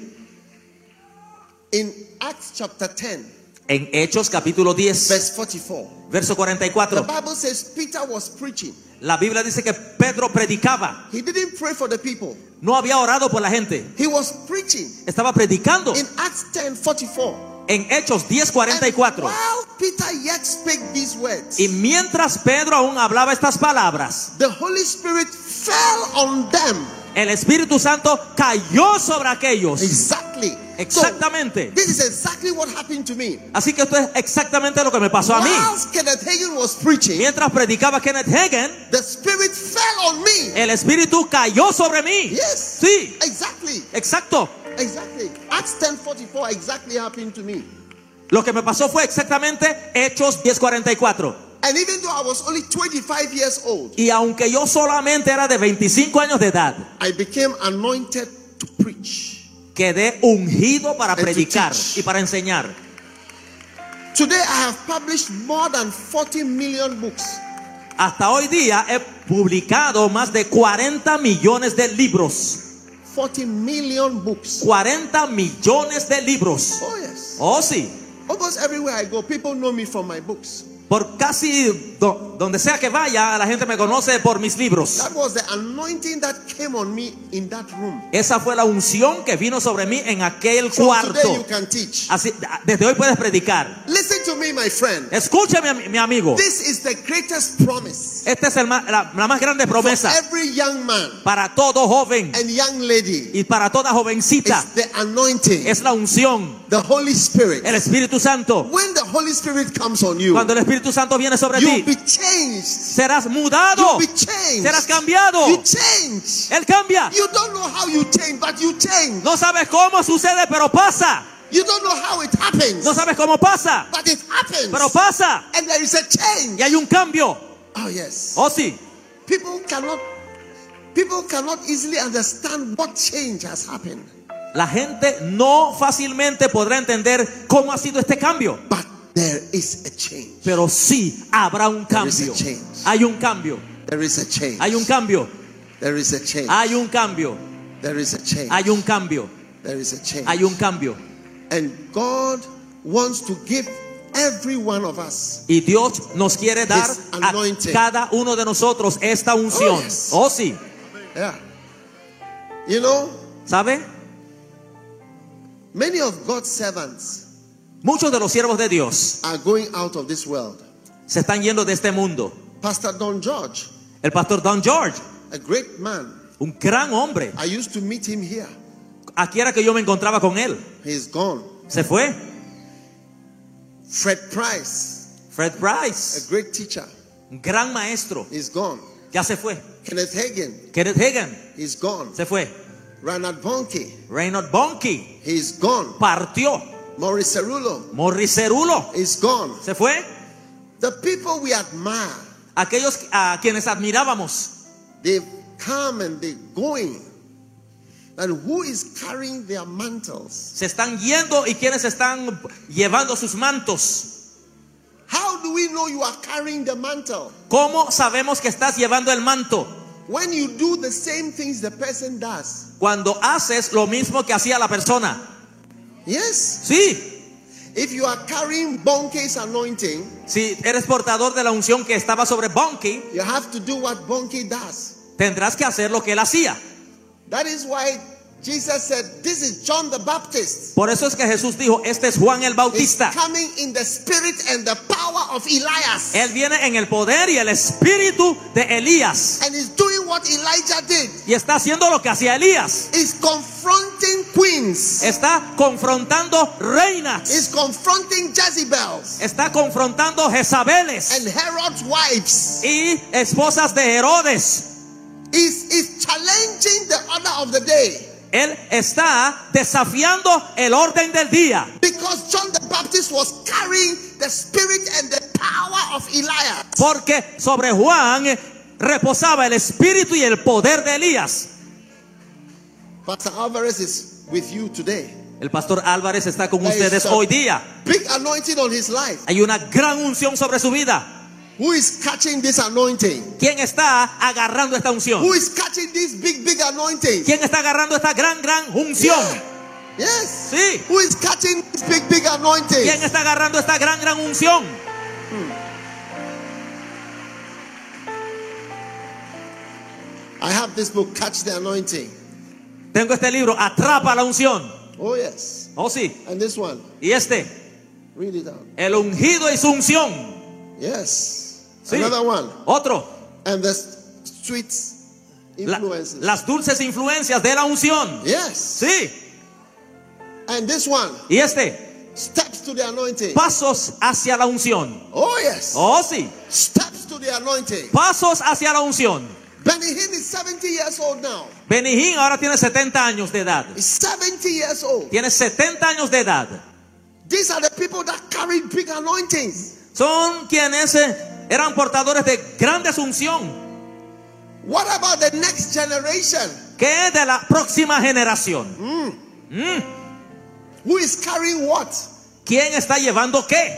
Speaker 1: In Acts chapter 10,
Speaker 2: En Hechos capítulo 10,
Speaker 1: verse 44,
Speaker 2: verso
Speaker 1: the
Speaker 2: 44,
Speaker 1: Bible says Peter was preaching.
Speaker 2: la Biblia dice que Pedro predicaba,
Speaker 1: He didn't pray for the people,
Speaker 2: no había orado por la gente,
Speaker 1: he was preaching.
Speaker 2: estaba predicando.
Speaker 1: In Acts 10 44,
Speaker 2: En Hechos 10,
Speaker 1: and
Speaker 2: 44.
Speaker 1: while Peter yet spake these words,
Speaker 2: Y mientras Pedro aún hablaba estas palabras,
Speaker 1: the Holy Spirit fell on them.
Speaker 2: el Espíritu Santo cayó sobre aquellos.
Speaker 1: Exactly. So,
Speaker 2: Exactamente.
Speaker 1: this is exactly what happened to me.
Speaker 2: Así que esto es exactamente lo que me pasó a mí.
Speaker 1: Whilst Kenneth Hagin was preaching,
Speaker 2: Mientras predicaba Kenneth Hagin,
Speaker 1: the Spirit fell on me.
Speaker 2: El Espíritu cayó sobre mí.
Speaker 1: Yes.
Speaker 2: Eh. Sí,
Speaker 1: Exactly.
Speaker 2: exacto.
Speaker 1: Exactly. Acts 10:44 exactly happened to me.
Speaker 2: Lo que me pasó fue exactamente Hechos 10:44.
Speaker 1: And even though I was only 25 years old,
Speaker 2: Y aunque yo solamente era de 25 años de edad,
Speaker 1: I became anointed to preach.
Speaker 2: quedé ungido para
Speaker 1: And to
Speaker 2: predicar
Speaker 1: teach.
Speaker 2: y para enseñar.
Speaker 1: Today I have published more than 40 million books.
Speaker 2: Hasta hoy día he publicado más de 40 millones de libros.
Speaker 1: 40 million books.
Speaker 2: 40 millones de libros.
Speaker 1: Oh yes.
Speaker 2: Oh, sí.
Speaker 1: Almost everywhere I go, people know me from my books.
Speaker 2: Por casi do- donde sea que vaya, la gente me conoce por mis libros.
Speaker 1: That was the anointing that came on me in that room.
Speaker 2: Esa fue la unción que vino sobre mí en aquel
Speaker 1: From today you
Speaker 2: cuarto.
Speaker 1: can teach.
Speaker 2: Así, desde hoy puedes predicar.
Speaker 1: Listen to me, my friend.
Speaker 2: Escúchame, mi- mi amigo.
Speaker 1: This is the greatest promise
Speaker 2: Esta es el ma- la, la más grande
Speaker 1: for
Speaker 2: promesa
Speaker 1: every young man
Speaker 2: para todo joven
Speaker 1: and young lady.
Speaker 2: y para toda jovencita.
Speaker 1: It's the anointing,
Speaker 2: Es la unción,
Speaker 1: the Holy Spirit.
Speaker 2: el Espíritu Santo.
Speaker 1: When the Holy Spirit comes on you,
Speaker 2: Cuando el Espíritu Santo viene sobre
Speaker 1: you'll
Speaker 2: ti,
Speaker 1: be changed.
Speaker 2: serás mudado,
Speaker 1: You'll be changed.
Speaker 2: serás cambiado.
Speaker 1: You change.
Speaker 2: Él cambia.
Speaker 1: You don't know how you change, but you change.
Speaker 2: No sabes cómo sucede, pero pasa.
Speaker 1: You don't know how it happens,
Speaker 2: No sabes cómo pasa,
Speaker 1: but it happens.
Speaker 2: pero pasa.
Speaker 1: and there is a change.
Speaker 2: Y hay un cambio.
Speaker 1: Oh yes.
Speaker 2: Oh, sí.
Speaker 1: People cannot people cannot easily understand what change has happened.
Speaker 2: La gente no fácilmente podrá entender cómo ha sido este cambio.
Speaker 1: But there is a change.
Speaker 2: Pero sí habrá un
Speaker 1: is
Speaker 2: cambio.
Speaker 1: a change.
Speaker 2: Hay un cambio.
Speaker 1: There is a change.
Speaker 2: Hay un cambio.
Speaker 1: There is a change.
Speaker 2: Hay un cambio.
Speaker 1: There is a change.
Speaker 2: Hay un cambio.
Speaker 1: There is a change.
Speaker 2: Hay un cambio.
Speaker 1: And God wants to give every one of us.
Speaker 2: Y Dios nos quiere dar
Speaker 1: His
Speaker 2: a
Speaker 1: anointing.
Speaker 2: cada uno de nosotros esta unción.
Speaker 1: Oh, yes.
Speaker 2: Oh, sí.
Speaker 1: Yeah. You know,
Speaker 2: ¿Saben?
Speaker 1: many of God's servants
Speaker 2: Muchos de los siervos de Dios
Speaker 1: are going out of this world.
Speaker 2: se están yendo de este mundo.
Speaker 1: Pastor Don George,
Speaker 2: El pastor Don George,
Speaker 1: a great man.
Speaker 2: un gran hombre.
Speaker 1: I used to meet him here.
Speaker 2: Aquí era que yo me encontraba con él.
Speaker 1: He's gone.
Speaker 2: Se fue.
Speaker 1: Fred Price,
Speaker 2: Fred
Speaker 1: a
Speaker 2: Price,
Speaker 1: great teacher.
Speaker 2: un gran maestro.
Speaker 1: He's gone.
Speaker 2: Ya se fue.
Speaker 1: Kenneth Hagin,
Speaker 2: Kenneth Hagan
Speaker 1: he's gone.
Speaker 2: se fue.
Speaker 1: Ranald Bonke,
Speaker 2: Reynold Bonnke
Speaker 1: he's gone.
Speaker 2: partió.
Speaker 1: Maurice Cerullo,
Speaker 2: Morris Cerulo
Speaker 1: he's gone.
Speaker 2: se fue.
Speaker 1: The people we admire,
Speaker 2: Aquellos a quienes admirábamos
Speaker 1: they've come and they're going. And who is carrying their mantles?
Speaker 2: se están yendo y quienes están llevando sus mantos.
Speaker 1: How do we know you are carrying the mantle?
Speaker 2: ¿Cómo sabemos que estás llevando el manto?
Speaker 1: When you do the same things the person does.
Speaker 2: Cuando haces lo mismo que hacía la persona.
Speaker 1: Yes.
Speaker 2: Sí,
Speaker 1: If you are carrying Bonke's anointing,
Speaker 2: si eres portador de la unción que estaba sobre Bonky,
Speaker 1: You have to do what Bonke does.
Speaker 2: tendrás que hacer lo que él hacía.
Speaker 1: That is why Jesus said, This is John the Baptist.
Speaker 2: Por eso es que Jesús dijo, este es Juan el
Speaker 1: He's
Speaker 2: Bautista.
Speaker 1: coming in the spirit and the power of Elias.
Speaker 2: Él viene en el poder y el espíritu de Elías.
Speaker 1: And he's doing what Elijah did.
Speaker 2: Y está haciendo lo que hacía Elías.
Speaker 1: He's confronting queens.
Speaker 2: Está confrontando reinas.
Speaker 1: He's confronting Jezebels
Speaker 2: Está confrontando Jezabeles
Speaker 1: and Herod's wives.
Speaker 2: y esposas de Herodes.
Speaker 1: He's, he's challenging the order of the day.
Speaker 2: Él está desafiando el orden del día.
Speaker 1: Because John the Baptist was carrying the spirit and the power of Elias.
Speaker 2: Porque sobre Juan reposaba el espíritu y el poder de Elías.
Speaker 1: Pastor Alvarez is with you today.
Speaker 2: El pastor Álvarez está con
Speaker 1: There is
Speaker 2: ustedes
Speaker 1: a
Speaker 2: hoy día.
Speaker 1: Big anointing on his life.
Speaker 2: Hay una gran unción sobre su vida.
Speaker 1: Who is catching this anointing?
Speaker 2: ¿Quién está agarrando esta unción?
Speaker 1: Who is catching this big, big anointing?
Speaker 2: ¿Quién está agarrando esta gran, gran unción?
Speaker 1: Yeah. Yes.
Speaker 2: Sí.
Speaker 1: Who is catching this big, big anointing?
Speaker 2: ¿Quién está agarrando esta gran, gran unción?
Speaker 1: I have this book, Catch the Anointing.
Speaker 2: Tengo este libro, Atrapa la unción.
Speaker 1: Oh, yes.
Speaker 2: Oh, sí.
Speaker 1: And this one,
Speaker 2: Y este,
Speaker 1: read it out.
Speaker 2: El ungido y su unción.
Speaker 1: Yes.
Speaker 2: Sí.
Speaker 1: Another one.
Speaker 2: Otro,
Speaker 1: And the s- sweet
Speaker 2: la-
Speaker 1: influences.
Speaker 2: las dulces influencias de la unción.
Speaker 1: Yes.
Speaker 2: Sí.
Speaker 1: And this one,
Speaker 2: Y este,
Speaker 1: Steps to the Anointing.
Speaker 2: Pasos hacia la unción.
Speaker 1: Oh, yes.
Speaker 2: Oh, sí.
Speaker 1: Steps to the Anointing.
Speaker 2: Pasos hacia la unción.
Speaker 1: Benny Hinn is 70 years old now.
Speaker 2: Benihín ahora tiene 70 años de edad.
Speaker 1: He's 70 years old.
Speaker 2: Tiene 70 años de edad.
Speaker 1: These are the people that carried big anointings.
Speaker 2: Son quienes eh, eran portadores de grande unción.
Speaker 1: What about the next generation
Speaker 2: que es de la próxima generación.
Speaker 1: who is carrying what?
Speaker 2: ¿Quién está llevando qué?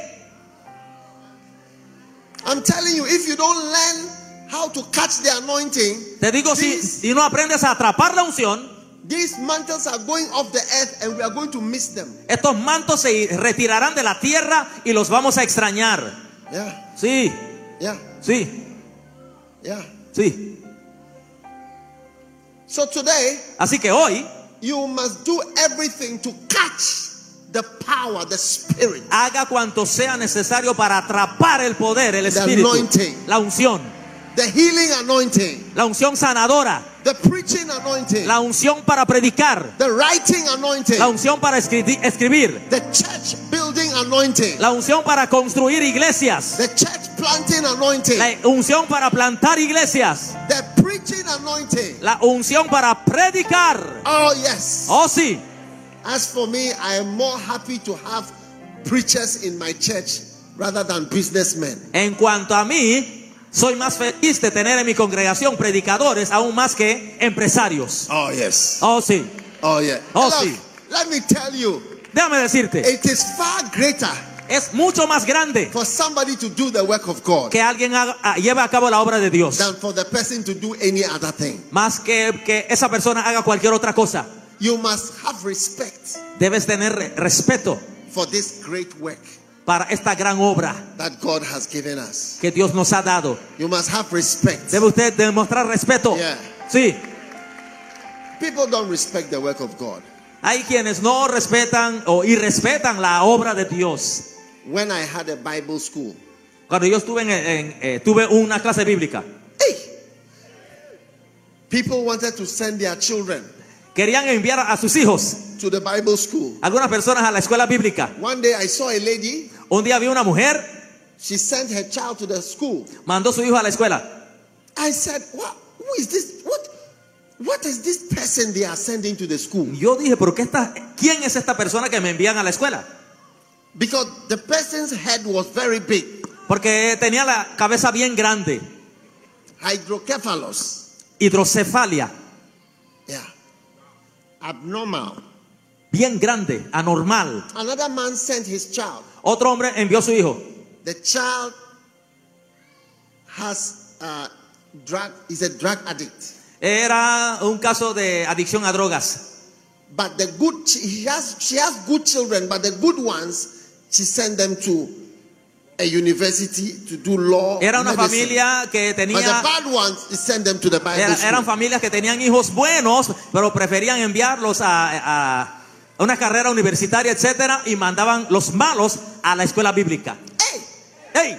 Speaker 1: I'm telling you, if you don't learn how to catch the anointing,
Speaker 2: Te digo, si,
Speaker 1: These-
Speaker 2: si no aprendes a atrapar la unción,
Speaker 1: these mantles are going off the earth and we are going to miss them.
Speaker 2: estos mantos se retirarán de la tierra y los vamos a extrañar.
Speaker 1: Yeah,
Speaker 2: Sí,
Speaker 1: yeah,
Speaker 2: sí,
Speaker 1: yeah.
Speaker 2: sí.
Speaker 1: So today,
Speaker 2: Así que hoy
Speaker 1: you must do everything to catch the power, the spirit.
Speaker 2: haga cuanto sea necesario para atrapar el poder, el
Speaker 1: The
Speaker 2: espíritu,
Speaker 1: anointing.
Speaker 2: la unción,
Speaker 1: The healing anointing,
Speaker 2: la unción sanadora,
Speaker 1: the preaching anointing,
Speaker 2: la unción para predicar,
Speaker 1: the writing anointing,
Speaker 2: la unción para escri- escribir,
Speaker 1: the church building anointing,
Speaker 2: la unción para construir iglesias,
Speaker 1: the church planting anointing,
Speaker 2: la unción para plantar iglesias.
Speaker 1: the preaching anointing.
Speaker 2: La unción para predicar.
Speaker 1: Oh, yes.
Speaker 2: Oh, sí.
Speaker 1: As for me, I am more happy to have preachers in my church rather than businessmen.
Speaker 2: En cuanto a mí, soy más feliz de tener en mi congregación predicadores aún más que empresarios.
Speaker 1: Oh, yes.
Speaker 2: Oh, sí.
Speaker 1: Oh, yeah.
Speaker 2: Oh,
Speaker 1: Look,
Speaker 2: see.
Speaker 1: Let me tell you,
Speaker 2: Déjame decirte,
Speaker 1: it is far greater
Speaker 2: es mucho más grande
Speaker 1: for somebody to do the work of God
Speaker 2: que alguien haga- ah, lleve a cabo la obra de Dios.
Speaker 1: than for the person to do any other thing.
Speaker 2: Más que que esa persona haga cualquier otra cosa.
Speaker 1: You must have respect
Speaker 2: Debes tener re- respeto
Speaker 1: for this great work.
Speaker 2: para esta gran obra
Speaker 1: that God has given us.
Speaker 2: que Dios nos ha dado.
Speaker 1: You must have respect.
Speaker 2: Debe usted demostrar respeto.
Speaker 1: Yeah.
Speaker 2: Sí,
Speaker 1: People don't respect the work of God.
Speaker 2: hay quienes no respetan o irrespetan la obra de Dios.
Speaker 1: When I had a Bible school,
Speaker 2: Cuando yo estuve en, en- eh, tuve una clase bíblica,
Speaker 1: people wanted to send their children
Speaker 2: querían enviar a sus hijos,
Speaker 1: to the Bible school.
Speaker 2: algunas personas a la escuela bíblica.
Speaker 1: One day I saw a lady,
Speaker 2: Un día vi una mujer,
Speaker 1: she sent her child to the school.
Speaker 2: mandó a su hijo a la escuela.
Speaker 1: I said, What who is this? What what is this person they are sending to the school?
Speaker 2: Yo dije, ¿pero qué esta, quién es esta persona que me envían a la escuela?
Speaker 1: Because the person's head was very big.
Speaker 2: Porque tenía la cabeza bien grande,
Speaker 1: Hydrocephalus.
Speaker 2: hidrocefalia,
Speaker 1: Yeah. Abnormal.
Speaker 2: bien grande, anormal.
Speaker 1: Another man sent his child.
Speaker 2: Otro hombre envió a su hijo.
Speaker 1: The child has uh, drug is a drug addict.
Speaker 2: Era un caso de adicción a drogas.
Speaker 1: But the good ch- he has she has good children, but the good ones she sent them to a university to do law.
Speaker 2: Era una
Speaker 1: medicine.
Speaker 2: familia que
Speaker 1: But the
Speaker 2: tenía...
Speaker 1: bad ones she sent them to the Bible
Speaker 2: era-
Speaker 1: school.
Speaker 2: eran familias que tenían hijos buenos, pero preferían enviarlos a, a- a una carrera universitaria, etcétera, y mandaban los malos a la escuela bíblica.
Speaker 1: hey,
Speaker 2: ¡Ey!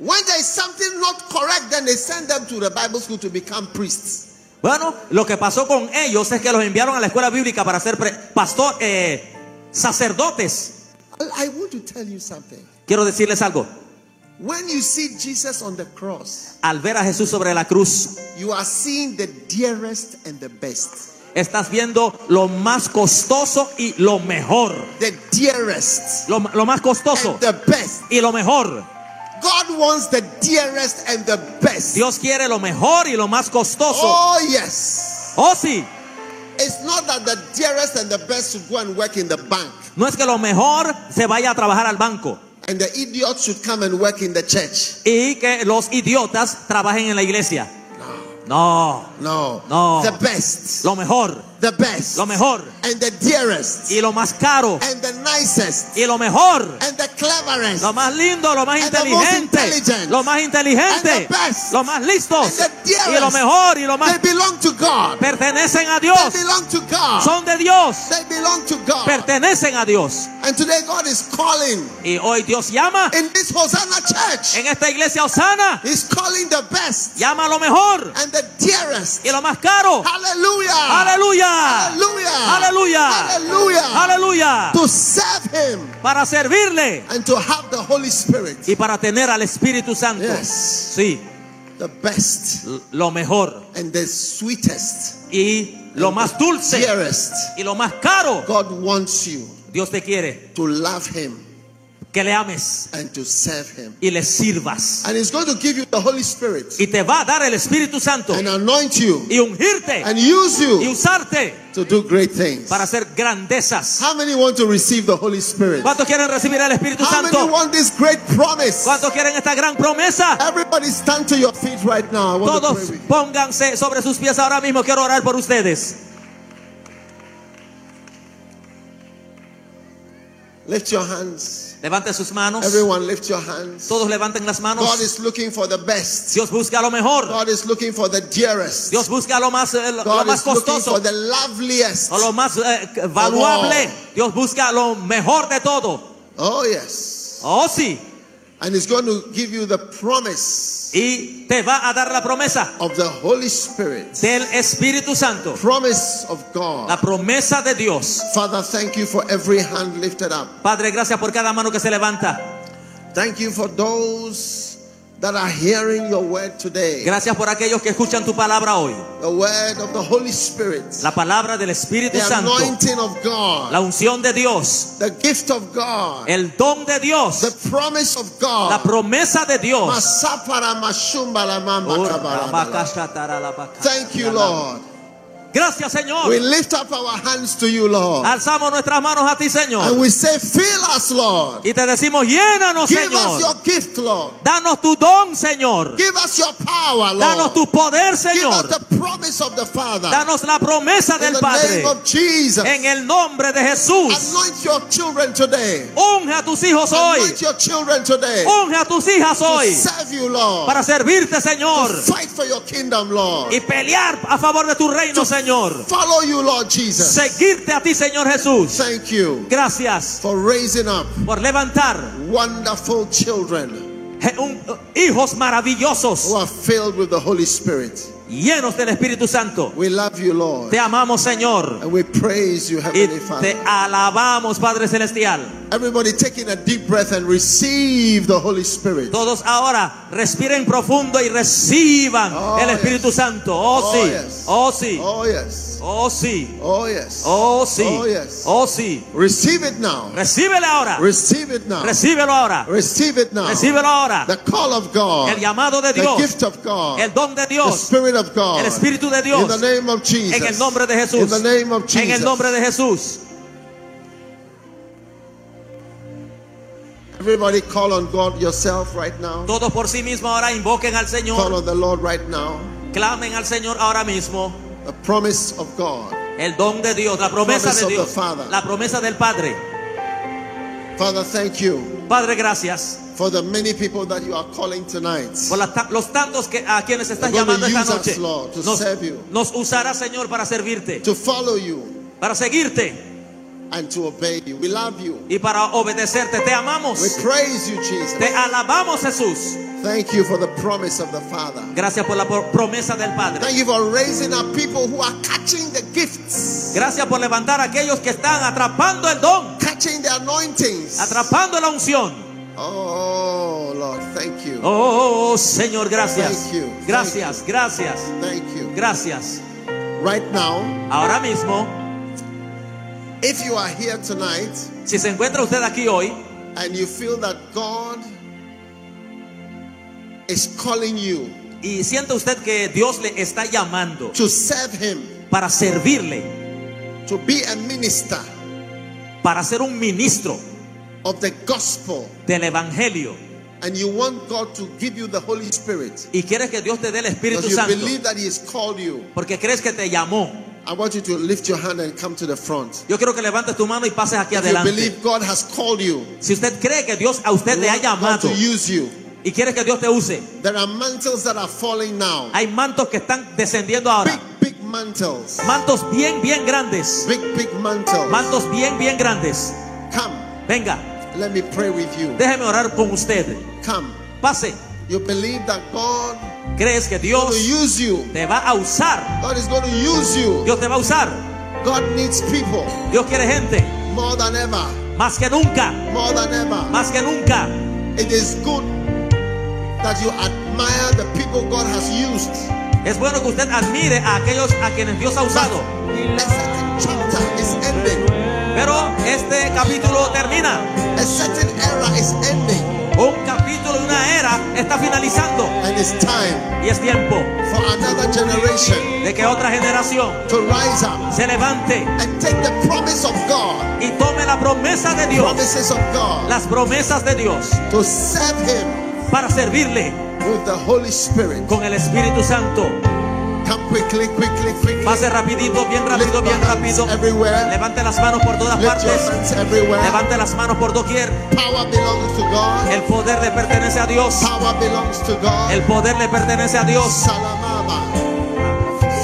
Speaker 1: when there is something not correct, then they send them to the Bible school to become priests.
Speaker 2: Bueno, lo que pasó con ellos es que los enviaron a la escuela bíblica para ser pre- pastor, eh, sacerdotes.
Speaker 1: Well, I want to tell you something.
Speaker 2: Quiero decirles algo.
Speaker 1: When you see Jesus on the cross,
Speaker 2: Al ver a Jesús sobre la cruz,
Speaker 1: you are seeing the dearest and the best.
Speaker 2: estás viendo lo más costoso y lo mejor.
Speaker 1: The dearest
Speaker 2: Lo, lo más costoso
Speaker 1: and the best.
Speaker 2: y lo mejor.
Speaker 1: God wants the dearest and the best.
Speaker 2: Dios quiere lo mejor y lo más costoso.
Speaker 1: Oh, yes.
Speaker 2: Oh sí,
Speaker 1: It's not that the dearest and the best should go and work in the bank,
Speaker 2: no es que lo mejor se vaya a trabajar al banco
Speaker 1: and the idiots should come and work in the church.
Speaker 2: y que los idiotas trabajen en la iglesia. No,
Speaker 1: No.
Speaker 2: No.
Speaker 1: The best.
Speaker 2: lo mejor
Speaker 1: The best.
Speaker 2: Lo mejor.
Speaker 1: And the dearest.
Speaker 2: y lo más caro
Speaker 1: And the nicest.
Speaker 2: y lo mejor.
Speaker 1: And the cleverest.
Speaker 2: Lo más lindo, lo más
Speaker 1: And the most
Speaker 2: inteligente,
Speaker 1: intelligent.
Speaker 2: lo más inteligente,
Speaker 1: And the best.
Speaker 2: lo más listos
Speaker 1: And the
Speaker 2: y lo
Speaker 1: dearest.
Speaker 2: mejor y lo más
Speaker 1: They belong to God.
Speaker 2: pertenecen a
Speaker 1: They
Speaker 2: Dios.
Speaker 1: belong to God.
Speaker 2: Son de Dios,
Speaker 1: They belong to God.
Speaker 2: pertenecen a Dios.
Speaker 1: And today God is calling
Speaker 2: Y hoy Dios llama
Speaker 1: in this Hosanna church.
Speaker 2: en esta iglesia Osana,
Speaker 1: He's calling the best
Speaker 2: llama a lo mejor
Speaker 1: and the dearest.
Speaker 2: y lo más caro.
Speaker 1: Hallelujah.
Speaker 2: Aleluya.
Speaker 1: Hallelujah.
Speaker 2: Aleluya.
Speaker 1: Hallelujah.
Speaker 2: Aleluya.
Speaker 1: To serve him
Speaker 2: Para servirle
Speaker 1: and to have the Holy Spirit.
Speaker 2: y para tener al Espíritu Santo.
Speaker 1: Yes.
Speaker 2: Sí,
Speaker 1: The best
Speaker 2: l- lo mejor
Speaker 1: and the sweetest.
Speaker 2: y lo más dulce
Speaker 1: Dearest.
Speaker 2: y lo más caro.
Speaker 1: God wants you
Speaker 2: Dios te quiere
Speaker 1: to love him
Speaker 2: que le ames
Speaker 1: and to serve him.
Speaker 2: y le sirvas.
Speaker 1: And he's going to give you the Holy Spirit
Speaker 2: y te va a dar el Espíritu Santo
Speaker 1: and anoint you
Speaker 2: y ungirte
Speaker 1: and use
Speaker 2: y
Speaker 1: you
Speaker 2: usarte
Speaker 1: to do great things.
Speaker 2: para hacer grandezas.
Speaker 1: How many want to receive the Holy Spirit?
Speaker 2: ¿Cuántos quieren recibir el Espíritu
Speaker 1: How many
Speaker 2: Santo?
Speaker 1: want this great promise?
Speaker 2: ¿Cuántos quieren esta gran promesa?
Speaker 1: Everybody stand to your feet right now. I want to
Speaker 2: Todos
Speaker 1: pray with you.
Speaker 2: pónganse sobre sus pies ahora mismo. Quiero orar por ustedes.
Speaker 1: Lift your hands.
Speaker 2: Levanten sus manos.
Speaker 1: Everyone lift your hands.
Speaker 2: Todos levanten las
Speaker 1: God
Speaker 2: manos.
Speaker 1: is looking for the best.
Speaker 2: Dios busca lo mejor.
Speaker 1: God is looking for the dearest.
Speaker 2: Dios busca lo más, eh, lo, lo
Speaker 1: God
Speaker 2: más
Speaker 1: is looking for
Speaker 2: costoso.
Speaker 1: the loveliest.
Speaker 2: O lo más eh, valuable. Dios busca lo mejor de todo.
Speaker 1: Oh yes.
Speaker 2: Oh sí.
Speaker 1: And he's going to give you the promise
Speaker 2: Y te va a dar la promesa
Speaker 1: of the Holy Spirit.
Speaker 2: del Espíritu Santo.
Speaker 1: Promise of
Speaker 2: La
Speaker 1: God.
Speaker 2: promesa de Dios.
Speaker 1: Father, thank you for every hand lifted up.
Speaker 2: Padre, gracias por cada mano que se levanta.
Speaker 1: Thank you for those that are hearing your word today.
Speaker 2: Gracias por aquellos que escuchan tu palabra hoy.
Speaker 1: The word of the Holy Spirit,
Speaker 2: La palabra del Espíritu
Speaker 1: the
Speaker 2: Santo.
Speaker 1: anointing of
Speaker 2: La
Speaker 1: God,
Speaker 2: unción de Dios.
Speaker 1: the gift of God,
Speaker 2: El don de Dios.
Speaker 1: the promise of
Speaker 2: La
Speaker 1: God.
Speaker 2: promesa de Dios.
Speaker 1: Masapara mashumbala mamba kabala. Thank
Speaker 2: Thank
Speaker 1: you, Lord.
Speaker 2: Gracias, Señor.
Speaker 1: We lift up our hands to you, Lord.
Speaker 2: Alzamos nuestras manos a ti,
Speaker 1: And
Speaker 2: Señor.
Speaker 1: we say, fill us, Lord.
Speaker 2: Y te decimos, llénanos,
Speaker 1: Give us
Speaker 2: Señor.
Speaker 1: your gift, Lord.
Speaker 2: Danos tu don, Señor.
Speaker 1: Give us your power,
Speaker 2: Danos
Speaker 1: Lord.
Speaker 2: tu poder,
Speaker 1: Give us
Speaker 2: Señor.
Speaker 1: the promise of the Father.
Speaker 2: Danos la promesa
Speaker 1: In
Speaker 2: del
Speaker 1: the
Speaker 2: Padre.
Speaker 1: name of Jesus.
Speaker 2: En el nombre de Jesús.
Speaker 1: Anoint your children today.
Speaker 2: Unge a tus hijos hoy.
Speaker 1: Anoint your children today.
Speaker 2: Unge a tus hijas
Speaker 1: To
Speaker 2: hoy.
Speaker 1: serve you, Lord.
Speaker 2: Para servirte, Señor.
Speaker 1: To fight for your kingdom,
Speaker 2: Y
Speaker 1: Lord.
Speaker 2: pelear a favor de tu reino, Señor.
Speaker 1: Follow you, Lord Jesus.
Speaker 2: Seguirte a ti, Señor Jesús.
Speaker 1: Thank you
Speaker 2: Gracias
Speaker 1: for raising up
Speaker 2: por levantar
Speaker 1: wonderful children
Speaker 2: je- un- hijos maravillosos.
Speaker 1: who are filled with the Holy Spirit.
Speaker 2: llenos del Espíritu Santo.
Speaker 1: We love you, Lord.
Speaker 2: Te amamos, Señor,
Speaker 1: And we praise you,
Speaker 2: y
Speaker 1: Heavenly
Speaker 2: te
Speaker 1: Father.
Speaker 2: alabamos, Padre Celestial.
Speaker 1: Everybody taking a deep breath and receive the Holy Spirit.
Speaker 2: Todos ahora respiren profundo y reciban
Speaker 1: Oh,
Speaker 2: el Espíritu
Speaker 1: yes.
Speaker 2: Santo. Oh,
Speaker 1: Oh,
Speaker 2: sí,
Speaker 1: yes.
Speaker 2: oh sí,
Speaker 1: Oh, yes.
Speaker 2: oh sí,
Speaker 1: Oh, yes.
Speaker 2: oh sí,
Speaker 1: Oh, yes.
Speaker 2: oh sí.
Speaker 1: Receive it now.
Speaker 2: Recíbelo ahora,
Speaker 1: Receive it now.
Speaker 2: recíbelo ahora,
Speaker 1: Receive it now.
Speaker 2: recíbelo ahora.
Speaker 1: The call of God.
Speaker 2: El llamado de
Speaker 1: The
Speaker 2: Dios,
Speaker 1: gift of God.
Speaker 2: el don de
Speaker 1: the
Speaker 2: Dios,
Speaker 1: Spirit of God.
Speaker 2: el Espíritu de Dios.
Speaker 1: In the name of Jesus.
Speaker 2: en el nombre de
Speaker 1: In
Speaker 2: Jesús,
Speaker 1: the name of Jesus.
Speaker 2: en el nombre de Jesús.
Speaker 1: Everybody call on God yourself right now.
Speaker 2: Todos por sí mismos ahora invoquen al
Speaker 1: Call
Speaker 2: Señor,
Speaker 1: on the Lord right now.
Speaker 2: clamen al Señor ahora mismo.
Speaker 1: The promise of God.
Speaker 2: El don de Dios, la promesa
Speaker 1: Promise
Speaker 2: de
Speaker 1: of the
Speaker 2: Dios,
Speaker 1: Father.
Speaker 2: la promesa del Padre.
Speaker 1: Father, thank you
Speaker 2: Padre, gracias
Speaker 1: for the many people that you are calling tonight.
Speaker 2: por las ta- los tantos que, a quienes estás
Speaker 1: You're gonna
Speaker 2: llamando esta
Speaker 1: use us,
Speaker 2: noche.
Speaker 1: Lord, to
Speaker 2: Nos,
Speaker 1: serve you.
Speaker 2: nos usará, Señor, para servirte,
Speaker 1: To follow you
Speaker 2: para seguirte
Speaker 1: and to obey you. We love you.
Speaker 2: y para obedecerte. Te
Speaker 1: We
Speaker 2: amamos,
Speaker 1: praise you, Jesus.
Speaker 2: te alabamos, Jesús.
Speaker 1: Thank you for the promise of the Father.
Speaker 2: Gracias por la por- promesa del Padre.
Speaker 1: Thank you for raising up people who are catching the gifts,
Speaker 2: Gracias por levantar a aquellos que están atrapando el don,
Speaker 1: catching the anointings.
Speaker 2: atrapando la unción.
Speaker 1: Oh, Lord, thank you.
Speaker 2: Oh, Señor, gracias.
Speaker 1: Thank you, thank
Speaker 2: Gracias, gracias,
Speaker 1: Thank you.
Speaker 2: gracias.
Speaker 1: Right now,
Speaker 2: Ahora mismo,
Speaker 1: if you are here tonight
Speaker 2: si se encuentra usted aquí hoy,
Speaker 1: and you feel that God is calling you
Speaker 2: Y siente usted que Dios le está llamando
Speaker 1: to serve Him,
Speaker 2: para servirle,
Speaker 1: to be a minister
Speaker 2: para ser un ministro
Speaker 1: of the gospel,
Speaker 2: del Evangelio.
Speaker 1: and you want God to give you the Holy Spirit
Speaker 2: Y quieres que Dios te dé el Espíritu
Speaker 1: because you
Speaker 2: Santo
Speaker 1: believe that He has called you,
Speaker 2: porque crees que te llamó.
Speaker 1: I want you to lift your hand and come to the front.
Speaker 2: Yo quiero que levantes tu mano y pases aquí
Speaker 1: If you
Speaker 2: adelante.
Speaker 1: believe God has called you,
Speaker 2: Si usted cree que Dios a usted
Speaker 1: you
Speaker 2: le ha
Speaker 1: want God
Speaker 2: llamado
Speaker 1: to use you.
Speaker 2: y quiere que Dios te use,
Speaker 1: There are mantles that are falling now.
Speaker 2: hay mantos que están descendiendo ahora.
Speaker 1: Big, big mantles.
Speaker 2: Mantos bien, bien grandes.
Speaker 1: Big, big mantles.
Speaker 2: Mantos bien, bien grandes.
Speaker 1: Come,
Speaker 2: Venga,
Speaker 1: let me pray with you.
Speaker 2: déjeme orar con usted.
Speaker 1: Come.
Speaker 2: Pase.
Speaker 1: You believe that God
Speaker 2: ¿Crees que
Speaker 1: is going to
Speaker 2: Dios
Speaker 1: use you.
Speaker 2: te va a usar?
Speaker 1: God is going to use you.
Speaker 2: Dios te va a usar.
Speaker 1: God needs people
Speaker 2: Dios quiere gente,
Speaker 1: more than ever.
Speaker 2: más que nunca,
Speaker 1: More than ever.
Speaker 2: más que nunca.
Speaker 1: It is good that you admire the people God has used.
Speaker 2: Es bueno que usted admire a aquellos a quienes Dios ha
Speaker 1: But
Speaker 2: usado.
Speaker 1: a certain chapter is ending.
Speaker 2: Pero este capítulo termina.
Speaker 1: A certain era is ending.
Speaker 2: Un capítulo de una era está finalizando.
Speaker 1: And it's time
Speaker 2: Y es tiempo
Speaker 1: for another generation
Speaker 2: de que otra generación
Speaker 1: to rise up.
Speaker 2: se levante
Speaker 1: and take the promise of God,
Speaker 2: y tome la promesa de Dios,
Speaker 1: promises of God,
Speaker 2: las promesas de Dios,
Speaker 1: to serve Him
Speaker 2: para servirle
Speaker 1: with the Holy Spirit.
Speaker 2: con el Espíritu Santo.
Speaker 1: Come quickly, quickly, quickly.
Speaker 2: Pase rapidito, bien rápido, bien rápido.
Speaker 1: everywhere.
Speaker 2: Levante las manos por todas
Speaker 1: Lift your
Speaker 2: partes.
Speaker 1: hands everywhere.
Speaker 2: Levante las manos por doquier.
Speaker 1: Power belongs to God.
Speaker 2: El poder le pertenece a Dios.
Speaker 1: Power belongs to God.
Speaker 2: El poder le pertenece a Dios.
Speaker 1: Salamaba.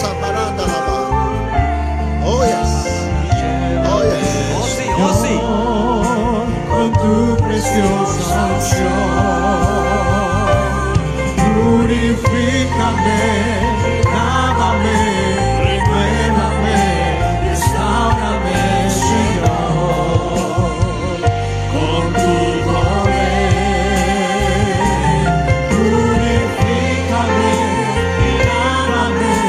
Speaker 1: Sabaradalaba. Oh yes. Oh yes.
Speaker 2: Oh sí, oh sí.
Speaker 3: con tu preciosa unción. Purifícame, lávame, renuévame, restaurame, Señor, con tu poder. Purifícame, lávame,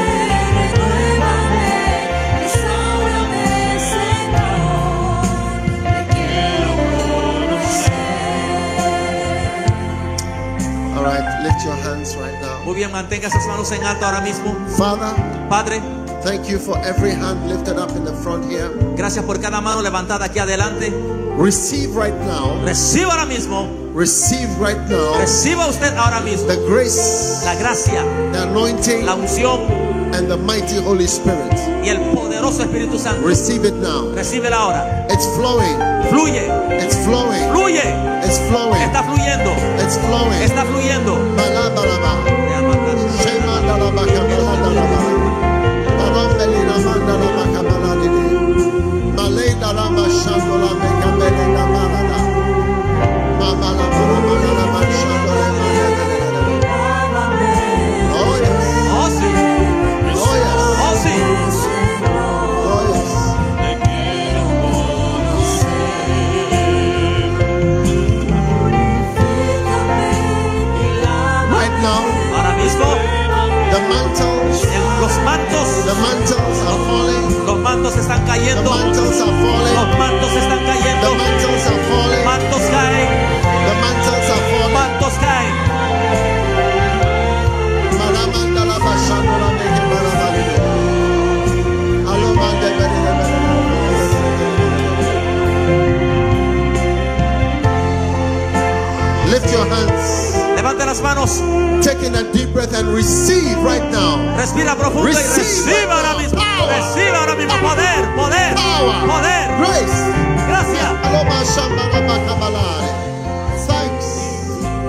Speaker 4: Renuévame, restaurame, Señor, te quiero conocer.
Speaker 1: All right. Lift your hands right now.
Speaker 2: Muy bien, mantenga esas manos en alto ahora mismo.
Speaker 1: Father,
Speaker 2: Padre,
Speaker 1: Thank you for every hand lifted up in the front here.
Speaker 2: Gracias por cada mano levantada aquí adelante.
Speaker 1: Receive right now,
Speaker 2: Reciba ahora mismo,
Speaker 1: receive right now
Speaker 2: reciba usted ahora mismo
Speaker 1: the grace,
Speaker 2: la gracia,
Speaker 1: the anointing,
Speaker 2: la unción
Speaker 1: and the mighty Holy Spirit.
Speaker 2: y el poderoso Espíritu Santo.
Speaker 1: Receive it now.
Speaker 2: Recíbela ahora.
Speaker 1: It's flowing,
Speaker 2: Fluye,
Speaker 1: it's flowing,
Speaker 2: fluye.
Speaker 1: it's flowing,
Speaker 2: Está fluyendo,
Speaker 1: it's flowing.
Speaker 2: está fluyendo.
Speaker 1: Balabalaba. Shema dalaba kabala dalaba. Barambeli lama dalaba kabala didi. Malay dalama shandola mekabele damarada. Mamala boroma dalaba shandole maledele. Oh yes,
Speaker 2: Oh sí,
Speaker 1: oh yes,
Speaker 2: oh sí.
Speaker 1: oh yes. Right now,
Speaker 2: Ahora mismo,
Speaker 1: the mantles,
Speaker 2: el- los mantos,
Speaker 1: the mantles are falling.
Speaker 2: los mantos están
Speaker 1: The
Speaker 2: cayendo,
Speaker 1: mantles are falling.
Speaker 2: los mantos están
Speaker 1: The
Speaker 2: cayendo.
Speaker 1: mantles are falling.
Speaker 2: Mantos caen,
Speaker 1: The mantles are falling.
Speaker 2: mantos caen.
Speaker 1: Malamandala bashandola meke barabadide. Alomande beride beride. Lift your hands.
Speaker 2: Levanta las manos,
Speaker 1: Take in a deep breath and receive right now.
Speaker 2: respira profundo y
Speaker 1: Receive
Speaker 2: reciba ahora mismo.
Speaker 1: power.
Speaker 2: Reciba ahora mismo poder, poder,
Speaker 1: Power.
Speaker 2: poder.
Speaker 1: Grace.
Speaker 2: Gracias,
Speaker 1: Aloma shambala bakabalare. Thanks.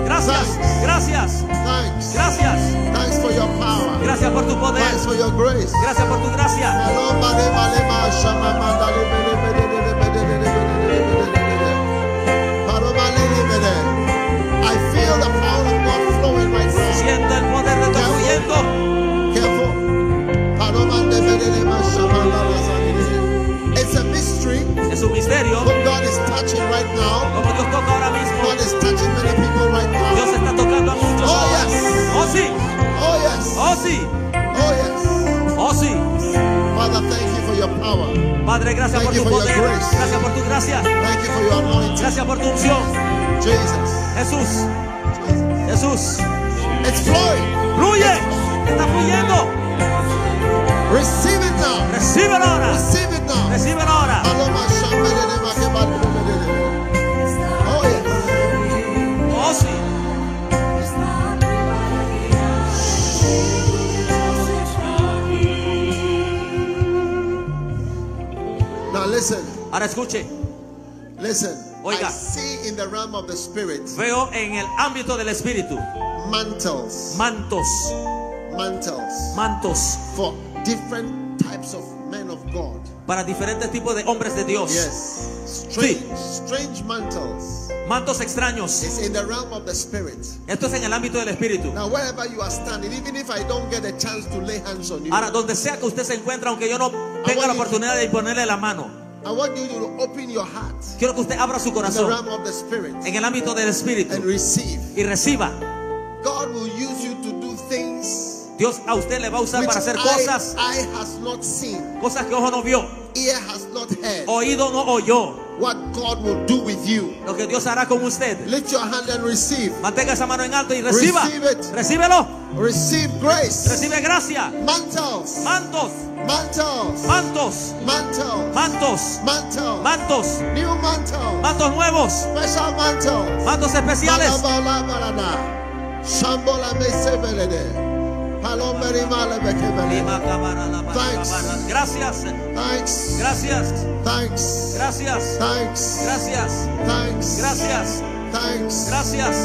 Speaker 2: gracias, gracias,
Speaker 1: Thanks.
Speaker 2: gracias.
Speaker 1: Thanks for your power.
Speaker 2: Gracias por tu poder,
Speaker 1: Thanks for your grace.
Speaker 2: gracias por tu gracia.
Speaker 1: Aloma de malema shamamanda de bede bede bede bede bede bede bede bede bede. Paloma lele bede. I feel the power of God flowing right now.
Speaker 2: Siento el poder de tu fluyendo.
Speaker 1: Careful. Paloma de bede de ma shamanda la zanide. It's a mystery.
Speaker 2: Es un misterio.
Speaker 1: What God is touching right now.
Speaker 2: Como Dios toca ahora mismo.
Speaker 1: God is touching many people right
Speaker 2: Dios
Speaker 1: now.
Speaker 2: está tocando a muchos.
Speaker 1: Oh,
Speaker 2: ahora.
Speaker 1: yes.
Speaker 2: Oh sí,
Speaker 1: Oh yes.
Speaker 2: oh sí,
Speaker 1: Oh yes.
Speaker 2: oh sí.
Speaker 1: Father, thank you for your power.
Speaker 2: Padre, gracias
Speaker 1: Thank
Speaker 2: por
Speaker 1: you
Speaker 2: tu
Speaker 1: for your
Speaker 2: poder.
Speaker 1: grace.
Speaker 2: Gracias por tu gracia.
Speaker 1: Thank you for your anointing.
Speaker 2: Gracias por tu unción.
Speaker 1: Jesus.
Speaker 2: Jesús, Jesús.
Speaker 1: It's flowing.
Speaker 2: Fluye. Está fluyendo.
Speaker 1: Receive it now.
Speaker 2: Recibe ahora.
Speaker 1: Receive it now.
Speaker 2: Recibe ahora.
Speaker 1: Paloma Shambhala Makeba. Oh yes.
Speaker 2: Oh sí.
Speaker 1: Now listen,
Speaker 2: Ahora escuche.
Speaker 1: listen. I
Speaker 2: Oiga.
Speaker 1: see in the realm of the spirit
Speaker 2: Veo en el ámbito del espíritu
Speaker 1: mantles,
Speaker 2: mantos,
Speaker 1: mantles
Speaker 2: mantos
Speaker 1: for different types of men of God.
Speaker 2: para diferentes tipos de hombres de Dios.
Speaker 1: Yes. Strange, strange mantles.
Speaker 2: Mantos extraños.
Speaker 1: It's in the realm of the spirit.
Speaker 2: Esto es en el ámbito del espíritu.
Speaker 1: Now wherever you are standing, even if I don't get a chance to lay hands on you,
Speaker 2: Ahora, donde sea que usted se encuentra, aunque yo no tenga la oportunidad de ponerle la mano,
Speaker 1: I want you to open your heart
Speaker 2: quiero que usted abra su
Speaker 1: in the
Speaker 2: corazón
Speaker 1: realm of the spirit
Speaker 2: en el ámbito del
Speaker 1: and
Speaker 2: espíritu
Speaker 1: receive.
Speaker 2: y reciba.
Speaker 1: God will use you to do things
Speaker 2: Dios a usted le va a usar
Speaker 1: which
Speaker 2: para hacer
Speaker 1: eye-
Speaker 2: cosas,
Speaker 1: Eye has not seen,
Speaker 2: cosas que ojo no vio,
Speaker 1: ear has not heard.
Speaker 2: oído no oyó,
Speaker 1: What God will do with you.
Speaker 2: lo que Dios hará con usted.
Speaker 1: Lift your hand and receive.
Speaker 2: Mantenga esa mano en alto y reciba.
Speaker 1: Receive it.
Speaker 2: Recíbelo.
Speaker 1: Receive grace.
Speaker 2: Recibe gracia.
Speaker 1: Mantles.
Speaker 2: Mantos,
Speaker 1: Mantles.
Speaker 2: mantos,
Speaker 1: Mantles.
Speaker 2: mantos,
Speaker 1: Mantles.
Speaker 2: mantos,
Speaker 1: New mantle.
Speaker 2: mantos nuevos,
Speaker 1: Special mantles.
Speaker 2: mantos especiales.
Speaker 1: Balabalana. Shambola mesevelede. Palomberima lebekebele. Thanks.
Speaker 2: Gracias,
Speaker 1: Thanks.
Speaker 2: gracias,
Speaker 1: Thanks.
Speaker 2: gracias,
Speaker 1: Thanks.
Speaker 2: gracias,
Speaker 1: Thanks.
Speaker 2: gracias.
Speaker 1: Thanks.
Speaker 2: Gracias.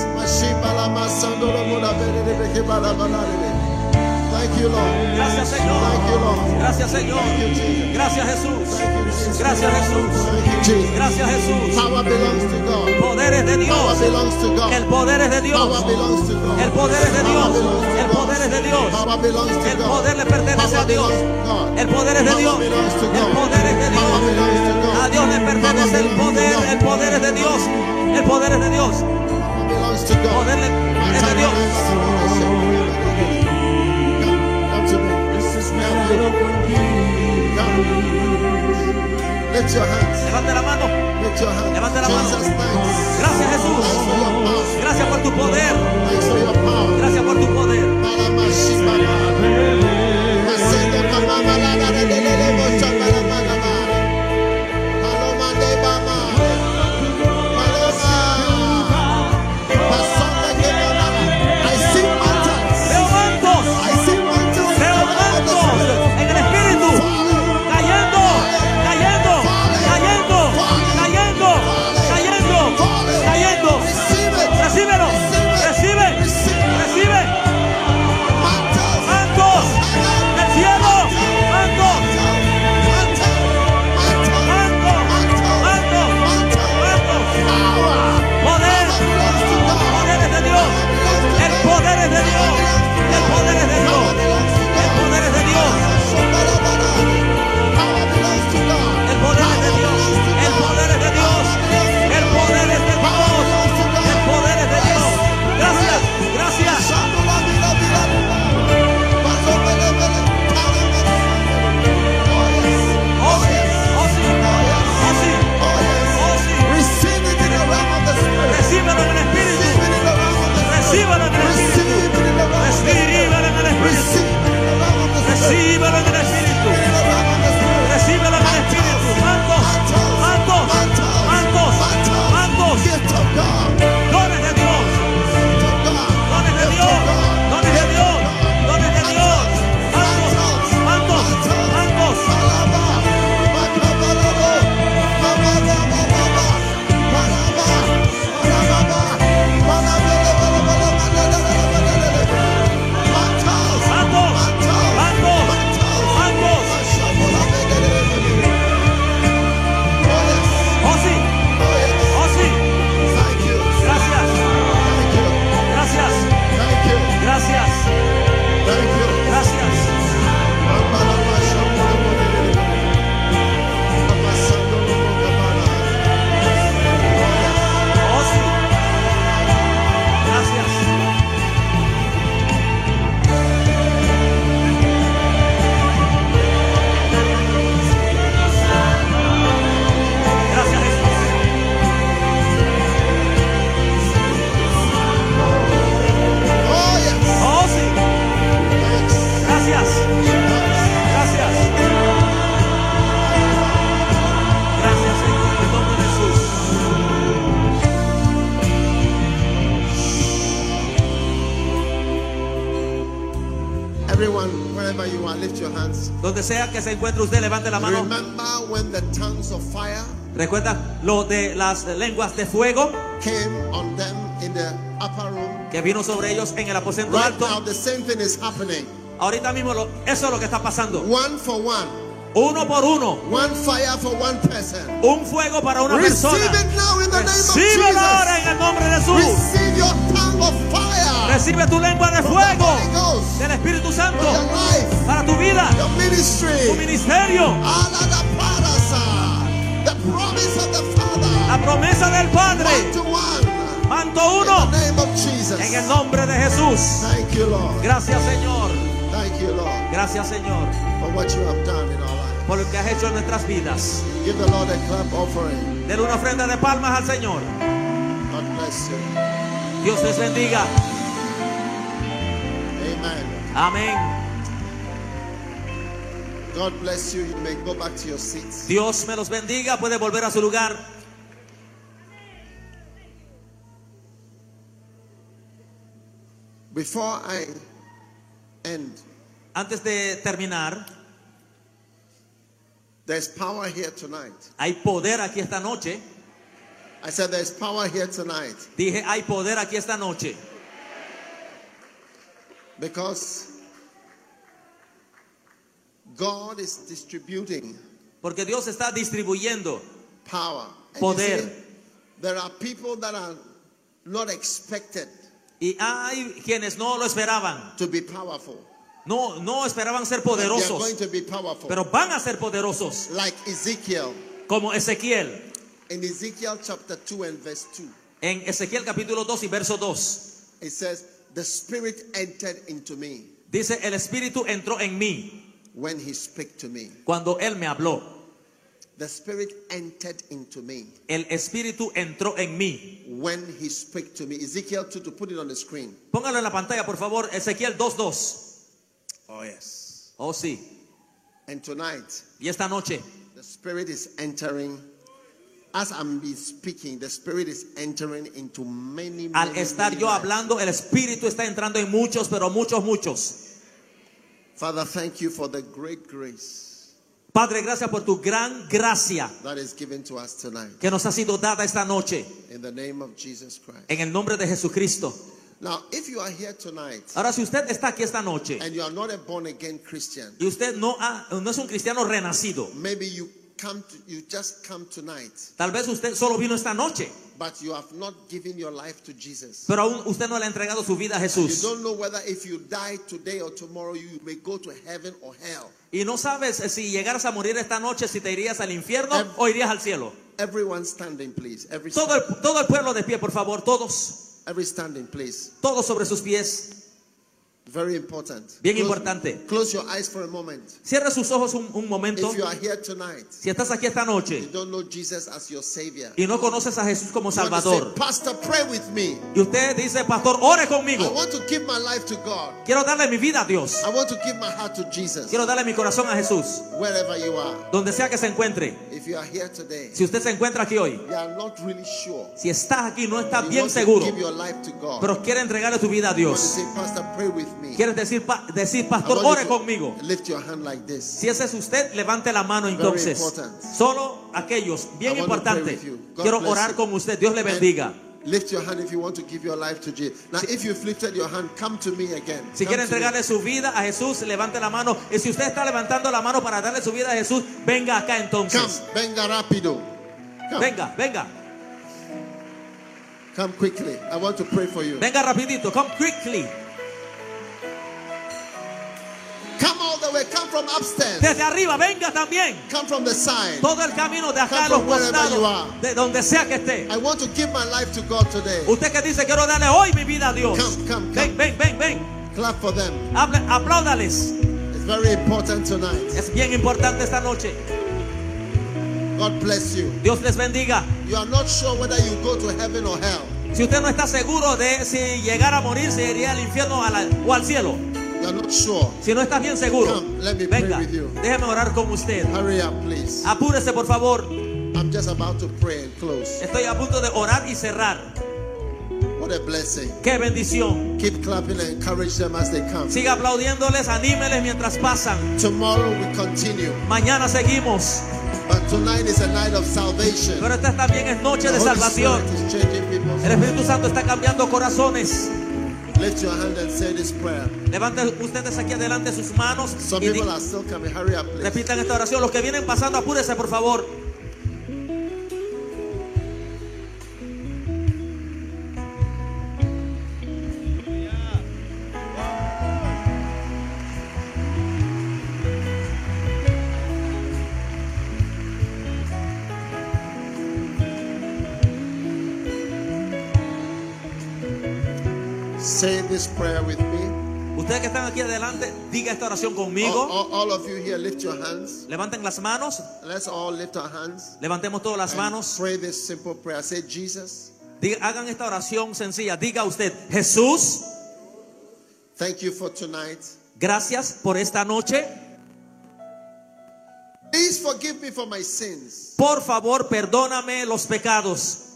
Speaker 1: Thank you, Lord.
Speaker 2: Gracias,
Speaker 1: Thank you,
Speaker 2: Señor.
Speaker 1: Lord.
Speaker 2: Gracias, Señor. Gracias, Jesús. Gracias, Jesús.
Speaker 1: Thank you, Jesus.
Speaker 2: Gracias, Jesús.
Speaker 1: Power belongs to God.
Speaker 2: Poderes de
Speaker 1: Power
Speaker 2: Dios.
Speaker 1: belongs to
Speaker 2: El
Speaker 1: God.
Speaker 2: poder es de Dios.
Speaker 1: Power belongs to God.
Speaker 2: El poder es de
Speaker 1: Power
Speaker 2: Dios.
Speaker 1: belongs to
Speaker 2: El
Speaker 1: God.
Speaker 2: poder es de Dios.
Speaker 1: Power belongs to
Speaker 2: El
Speaker 1: God.
Speaker 2: poder le pertenece a
Speaker 1: Power
Speaker 2: Dios.
Speaker 1: belongs to God.
Speaker 2: El poder es de Dios.
Speaker 1: Power belongs to God.
Speaker 2: El poder es de
Speaker 1: Power belongs to
Speaker 2: Dios.
Speaker 1: God.
Speaker 2: A Dios le
Speaker 1: Power
Speaker 2: pertenece el
Speaker 1: belongs to
Speaker 2: poder.
Speaker 1: God.
Speaker 2: El poder es de Dios. El poder es de Dios.
Speaker 1: Power belongs to
Speaker 2: El
Speaker 1: God.
Speaker 2: poder le- Oh, es de Dios.
Speaker 1: Lift your hands.
Speaker 2: Levante la mano.
Speaker 1: Lift your hands.
Speaker 2: Levante la mano.
Speaker 1: Jesus, thanks.
Speaker 2: Gracias, Jesús.
Speaker 1: Thanks for your power.
Speaker 2: Gracias por tu poder.
Speaker 1: Thanks for your power.
Speaker 2: Gracias por tu poder.
Speaker 1: Malama shibama. Masendo kamama lada
Speaker 2: Oh,
Speaker 1: wherever you are, lift your hands.
Speaker 2: Donde sea que se encuentre usted, levante la mano.
Speaker 1: Remember when the tongues of fire
Speaker 2: Recuerda lo de las lenguas de fuego
Speaker 1: came on them in the upper room?
Speaker 2: que vino sobre ellos en el aposento
Speaker 1: Right now,
Speaker 2: alto.
Speaker 1: the same thing is happening.
Speaker 2: Ahorita mismo lo- eso es lo que está pasando.
Speaker 1: One for one.
Speaker 2: Uno por uno.
Speaker 1: One fire for one person.
Speaker 2: Un fuego para una
Speaker 1: Receive
Speaker 2: persona.
Speaker 1: it now in the
Speaker 2: Recíbelo ahora
Speaker 1: name
Speaker 2: en el nombre de
Speaker 1: of
Speaker 2: Jesús.
Speaker 1: Jesus. Receive your tongue of fire.
Speaker 2: Recibe tu lengua de
Speaker 1: From the
Speaker 2: fuego
Speaker 1: Holy Ghost.
Speaker 2: del Espíritu
Speaker 1: For your
Speaker 2: Santo
Speaker 1: life,
Speaker 2: para tu vida,
Speaker 1: your
Speaker 2: tu
Speaker 1: ministry.
Speaker 2: ministerio,
Speaker 1: Aladaparasa. uh, The promise of the Father.
Speaker 2: la promesa del
Speaker 1: One
Speaker 2: Padre.
Speaker 1: to one.
Speaker 2: Manto
Speaker 1: In
Speaker 2: uno
Speaker 1: the name of
Speaker 2: en el
Speaker 1: Jesus.
Speaker 2: nombre de Jesús.
Speaker 1: Thank you, Lord.
Speaker 2: Gracias Señor.
Speaker 1: Thank you, Lord,
Speaker 2: Gracias Señor
Speaker 1: for what you have done in our life.
Speaker 2: por lo que has hecho en nuestras vidas.
Speaker 1: Give the Lord a clap offering.
Speaker 2: Denle una ofrenda de palmas al Señor.
Speaker 1: God bless you.
Speaker 2: Dios les bendiga.
Speaker 1: Amen.
Speaker 2: Amén.
Speaker 1: God bless you. You may go back to your seats.
Speaker 2: Dios me los bendiga. Puede volver a su lugar.
Speaker 1: Before I end,
Speaker 2: Antes de terminar,
Speaker 1: there's power here tonight.
Speaker 2: hay poder aquí esta noche.
Speaker 1: I said there's power here tonight
Speaker 2: Dije, hay poder aquí esta noche.
Speaker 1: because God is distributing
Speaker 2: Porque Dios está distribuyendo.
Speaker 1: power. And you
Speaker 2: Poder.
Speaker 1: see, there are people that are not expected
Speaker 2: Y hay quienes no lo esperaban.
Speaker 1: to be powerful.
Speaker 2: No, no esperaban ser
Speaker 1: But They are going
Speaker 2: poderosos.
Speaker 1: to be powerful.
Speaker 2: Pero van a ser poderosos.
Speaker 1: like Ezekiel
Speaker 2: Como Ezequiel.
Speaker 1: in Ezekiel chapter 2 and verse 2.
Speaker 2: En Ezequiel capítulo 2 y verso 2.
Speaker 1: It says, The Spirit entered into me
Speaker 2: Dice, el Espíritu entró en mí
Speaker 1: when he spoke to me.
Speaker 2: cuando Él me habló.
Speaker 1: The Spirit entered into me
Speaker 2: El Espíritu entró en mí.
Speaker 1: when he spoke to me. Ezekiel 2 to put it on the screen.
Speaker 2: Póngalo en la pantalla, por favor. Ezequiel 2.2.
Speaker 1: Oh, yes.
Speaker 2: Oh, sí.
Speaker 1: And tonight,
Speaker 2: Y esta noche
Speaker 1: the Spirit is entering. As I'm be speaking, the Spirit is entering into many, many,
Speaker 2: Al estar
Speaker 1: many
Speaker 2: yo
Speaker 1: lives.
Speaker 2: hablando, el Espíritu está entrando en muchos, pero muchos, muchos.
Speaker 1: Father, thank you for the great grace
Speaker 2: Padre, gracias por tu gran gracia
Speaker 1: that is given to us tonight.
Speaker 2: que nos ha sido dada esta noche
Speaker 1: In the name of Jesus Christ.
Speaker 2: en el nombre de Jesucristo.
Speaker 1: Now, if you are here tonight
Speaker 2: Ahora, si usted está aquí esta noche
Speaker 1: and you are not a born again Christian,
Speaker 2: y usted no, ha- no es un cristiano renacido,
Speaker 1: maybe you come to, you just come tonight,
Speaker 2: tal vez usted solo vino esta noche,
Speaker 1: but you have not given your life to Jesus.
Speaker 2: pero aún usted no le ha entregado su vida a
Speaker 1: You
Speaker 2: Jesús
Speaker 1: don't know whether if you die today or tomorrow you may go to heaven or hell.
Speaker 2: y no sabes si llegaras a morir esta noche, si te irías al infierno
Speaker 1: Em-
Speaker 2: o irías al cielo.
Speaker 1: Everyone standing, please. Every
Speaker 2: Todo el, todo el pueblo de pie, por favor, todos,
Speaker 1: every standing, please.
Speaker 2: todos sobre sus pies.
Speaker 1: Very important.
Speaker 2: Bien
Speaker 1: close,
Speaker 2: importante.
Speaker 1: Close your eyes for a moment.
Speaker 2: Cierra sus ojos un, un momento.
Speaker 1: If you are here tonight,
Speaker 2: Si estás aquí esta
Speaker 1: you
Speaker 2: noche
Speaker 1: don't know Jesus as your Savior.
Speaker 2: y no conoces a Jesús como
Speaker 1: You want to
Speaker 2: Salvador,
Speaker 1: say, Pastor, pray with me.
Speaker 2: y usted dice, pastor, ore
Speaker 1: I
Speaker 2: conmigo.
Speaker 1: want to give my life to God.
Speaker 2: Quiero darle mi vida a Dios.
Speaker 1: I want to give my heart to Jesus.
Speaker 2: Quiero darle mi corazón a Jesús.
Speaker 1: Wherever you are,
Speaker 2: Donde sea que se encuentre.
Speaker 1: if you are here today,
Speaker 2: Si usted se encuentra aquí hoy,
Speaker 1: you are not really sure.
Speaker 2: si estás aquí, no estás
Speaker 1: you
Speaker 2: bien
Speaker 1: want
Speaker 2: seguro,
Speaker 1: To give your life to God.
Speaker 2: pero quiere entregarle tu vida a
Speaker 1: you want to
Speaker 2: Dios.
Speaker 1: say, Pastor, pray with me.
Speaker 2: Quieres decir, pa- decir
Speaker 1: I
Speaker 2: pastor,
Speaker 1: want you
Speaker 2: ore
Speaker 1: to
Speaker 2: conmigo.
Speaker 1: Lift your hand like this.
Speaker 2: Si ese es usted, levante la mano entonces.
Speaker 1: important.
Speaker 2: Solo aquellos, bien
Speaker 1: I want to pray
Speaker 2: importante.
Speaker 1: with you. God
Speaker 2: Quiero
Speaker 1: bless
Speaker 2: orar
Speaker 1: you.
Speaker 2: con usted. Dios le
Speaker 1: And
Speaker 2: bendiga.
Speaker 1: Lift your hand if you want to give your life to Jesus. Now, if you've lifted your hand, come to me again.
Speaker 2: Si
Speaker 1: Come
Speaker 2: quiere
Speaker 1: to me.
Speaker 2: entregarle su vida a Jesús, levante la mano. Y si usted está levantando la mano para darle su vida a Jesús, venga acá
Speaker 1: Come,
Speaker 2: entonces.
Speaker 1: venga rápido. Come,
Speaker 2: Venga, venga,
Speaker 1: come quickly. I want to pray for you.
Speaker 2: venga rapidito. Come quickly.
Speaker 1: Come all the way. Come from upstairs.
Speaker 2: Desde arriba, venga también.
Speaker 1: Come from the side.
Speaker 2: Todo el camino de acá
Speaker 1: Come
Speaker 2: a los
Speaker 1: from wherever you
Speaker 2: costados,
Speaker 1: are.
Speaker 2: de donde sea que esté.
Speaker 1: I want to give my life to God today.
Speaker 2: Usted que dice, quiero darle hoy mi vida a Dios.
Speaker 1: Come, come,
Speaker 2: Ven,
Speaker 1: come.
Speaker 2: ven, ven, ven.
Speaker 1: Clap for them.
Speaker 2: Habla- apláudales.
Speaker 1: It's very important tonight.
Speaker 2: Es bien importante esta noche.
Speaker 1: God bless you.
Speaker 2: Dios les bendiga.
Speaker 1: You are not sure whether you go to heaven or hell.
Speaker 2: Si usted no está seguro de si llegar a morir, se iría al infierno a la- o al cielo.
Speaker 1: You are not sure.
Speaker 2: Si no estás bien seguro,
Speaker 1: Come, let me pray
Speaker 2: venga,
Speaker 1: with you.
Speaker 2: déjeme orar con usted.
Speaker 1: Hurry up, please.
Speaker 2: Apúrese, por favor.
Speaker 1: I'm just about to pray and close.
Speaker 2: Estoy a punto de orar y cerrar.
Speaker 1: What a blessing.
Speaker 2: ¡Qué bendición!
Speaker 1: Keep clapping and encourage them as they come.
Speaker 2: Siga aplaudiéndoles, anímeles mientras pasan.
Speaker 1: Tomorrow we continue.
Speaker 2: Mañana seguimos.
Speaker 1: But tonight is a night of salvation.
Speaker 2: Pero esta también es noche
Speaker 1: The
Speaker 2: de
Speaker 1: Holy
Speaker 2: salvación.
Speaker 1: Spirit is changing people's
Speaker 2: El Espíritu Santo está cambiando corazones.
Speaker 1: Lift your hand and say this prayer.
Speaker 2: Levanten ustedes aquí adelante sus manos
Speaker 1: Some
Speaker 2: y di-
Speaker 1: people are still coming. Hurry up, please.
Speaker 2: repitan esta oración. Los que vienen pasando, apúrese por favor.
Speaker 1: Say this prayer with me.
Speaker 2: Ustedes que están aquí adelante, diga esta oración
Speaker 1: All,
Speaker 2: conmigo.
Speaker 1: all- all of you here, lift your hands.
Speaker 2: Levanten las manos.
Speaker 1: Let's all lift our hands.
Speaker 2: Levantemos todas las
Speaker 1: and
Speaker 2: manos.
Speaker 1: Pray this simple prayer. Say, Jesus,
Speaker 2: Diga- hagan esta oración sencilla. Diga usted, Jesús,
Speaker 1: thank you for tonight.
Speaker 2: gracias por esta noche.
Speaker 1: Please forgive me for my sins.
Speaker 2: Por favor, perdóname los pecados.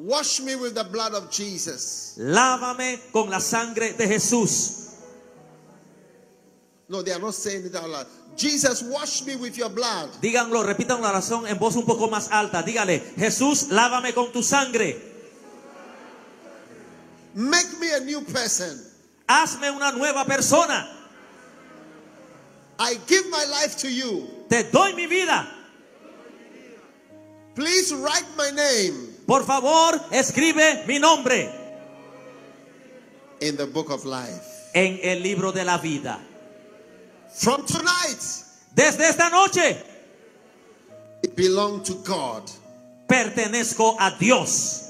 Speaker 1: Wash me with the blood of Jesus.
Speaker 2: Lávame con la sangre de Jesús.
Speaker 1: No, they are not saying it out loud. Jesus, wash me with your blood.
Speaker 2: Díganlo, repitan la oración en voz un poco más alta. Dígale, Jesús, lávame con tu sangre.
Speaker 1: Make me a new person.
Speaker 2: Hazme una nueva persona.
Speaker 1: I give my life to you.
Speaker 2: Te doy mi vida.
Speaker 1: Please write my name
Speaker 2: Por favor, escribe mi nombre
Speaker 1: in the book of life.
Speaker 2: en el libro de la vida.
Speaker 1: From tonight,
Speaker 2: Desde esta noche
Speaker 1: it belonged to God.
Speaker 2: pertenezco a Dios.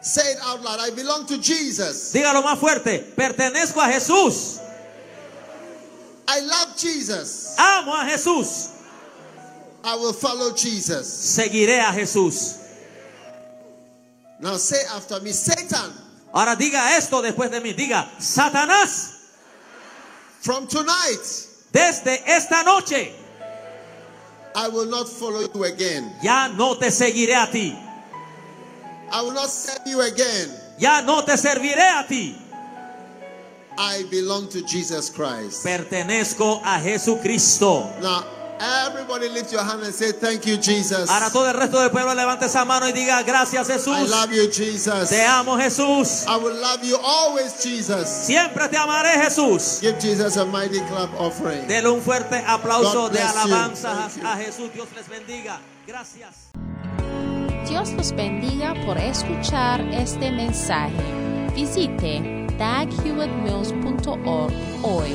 Speaker 1: Say it out loud. I belong to Jesus.
Speaker 2: Dígalo más fuerte. Pertenezco a Jesús.
Speaker 1: I love Jesus.
Speaker 2: Amo a Jesús.
Speaker 1: I will follow Jesus.
Speaker 2: Seguiré a Jesús.
Speaker 1: Now say after me, Satan,
Speaker 2: Ahora diga esto después de mí. Diga, Satanás,
Speaker 1: from tonight,
Speaker 2: desde esta noche
Speaker 1: I will not follow you again.
Speaker 2: ya no te seguiré a ti.
Speaker 1: I will not serve you again.
Speaker 2: Ya no te serviré a ti.
Speaker 1: I belong to Jesus Christ.
Speaker 2: Pertenezco a Jesucristo.
Speaker 1: Now, everybody lift your hand and say, Thank you, Jesus.
Speaker 2: Ahora todo el resto del pueblo levante esa mano y diga, gracias
Speaker 1: I
Speaker 2: Jesús.
Speaker 1: love you, Jesus.
Speaker 2: Te amo Jesús.
Speaker 1: I will love you always, Jesus.
Speaker 2: Siempre te amaré Jesús.
Speaker 1: Give Jesus a mighty clap offering.
Speaker 2: Dele un fuerte aplauso
Speaker 1: God
Speaker 2: de
Speaker 1: bless you.
Speaker 2: alabanza
Speaker 1: Thank you.
Speaker 2: a Jesús. Dios les bendiga. Gracias.
Speaker 5: Dios los bendiga por escuchar este mensaje. Visite daghewittmills.org hoy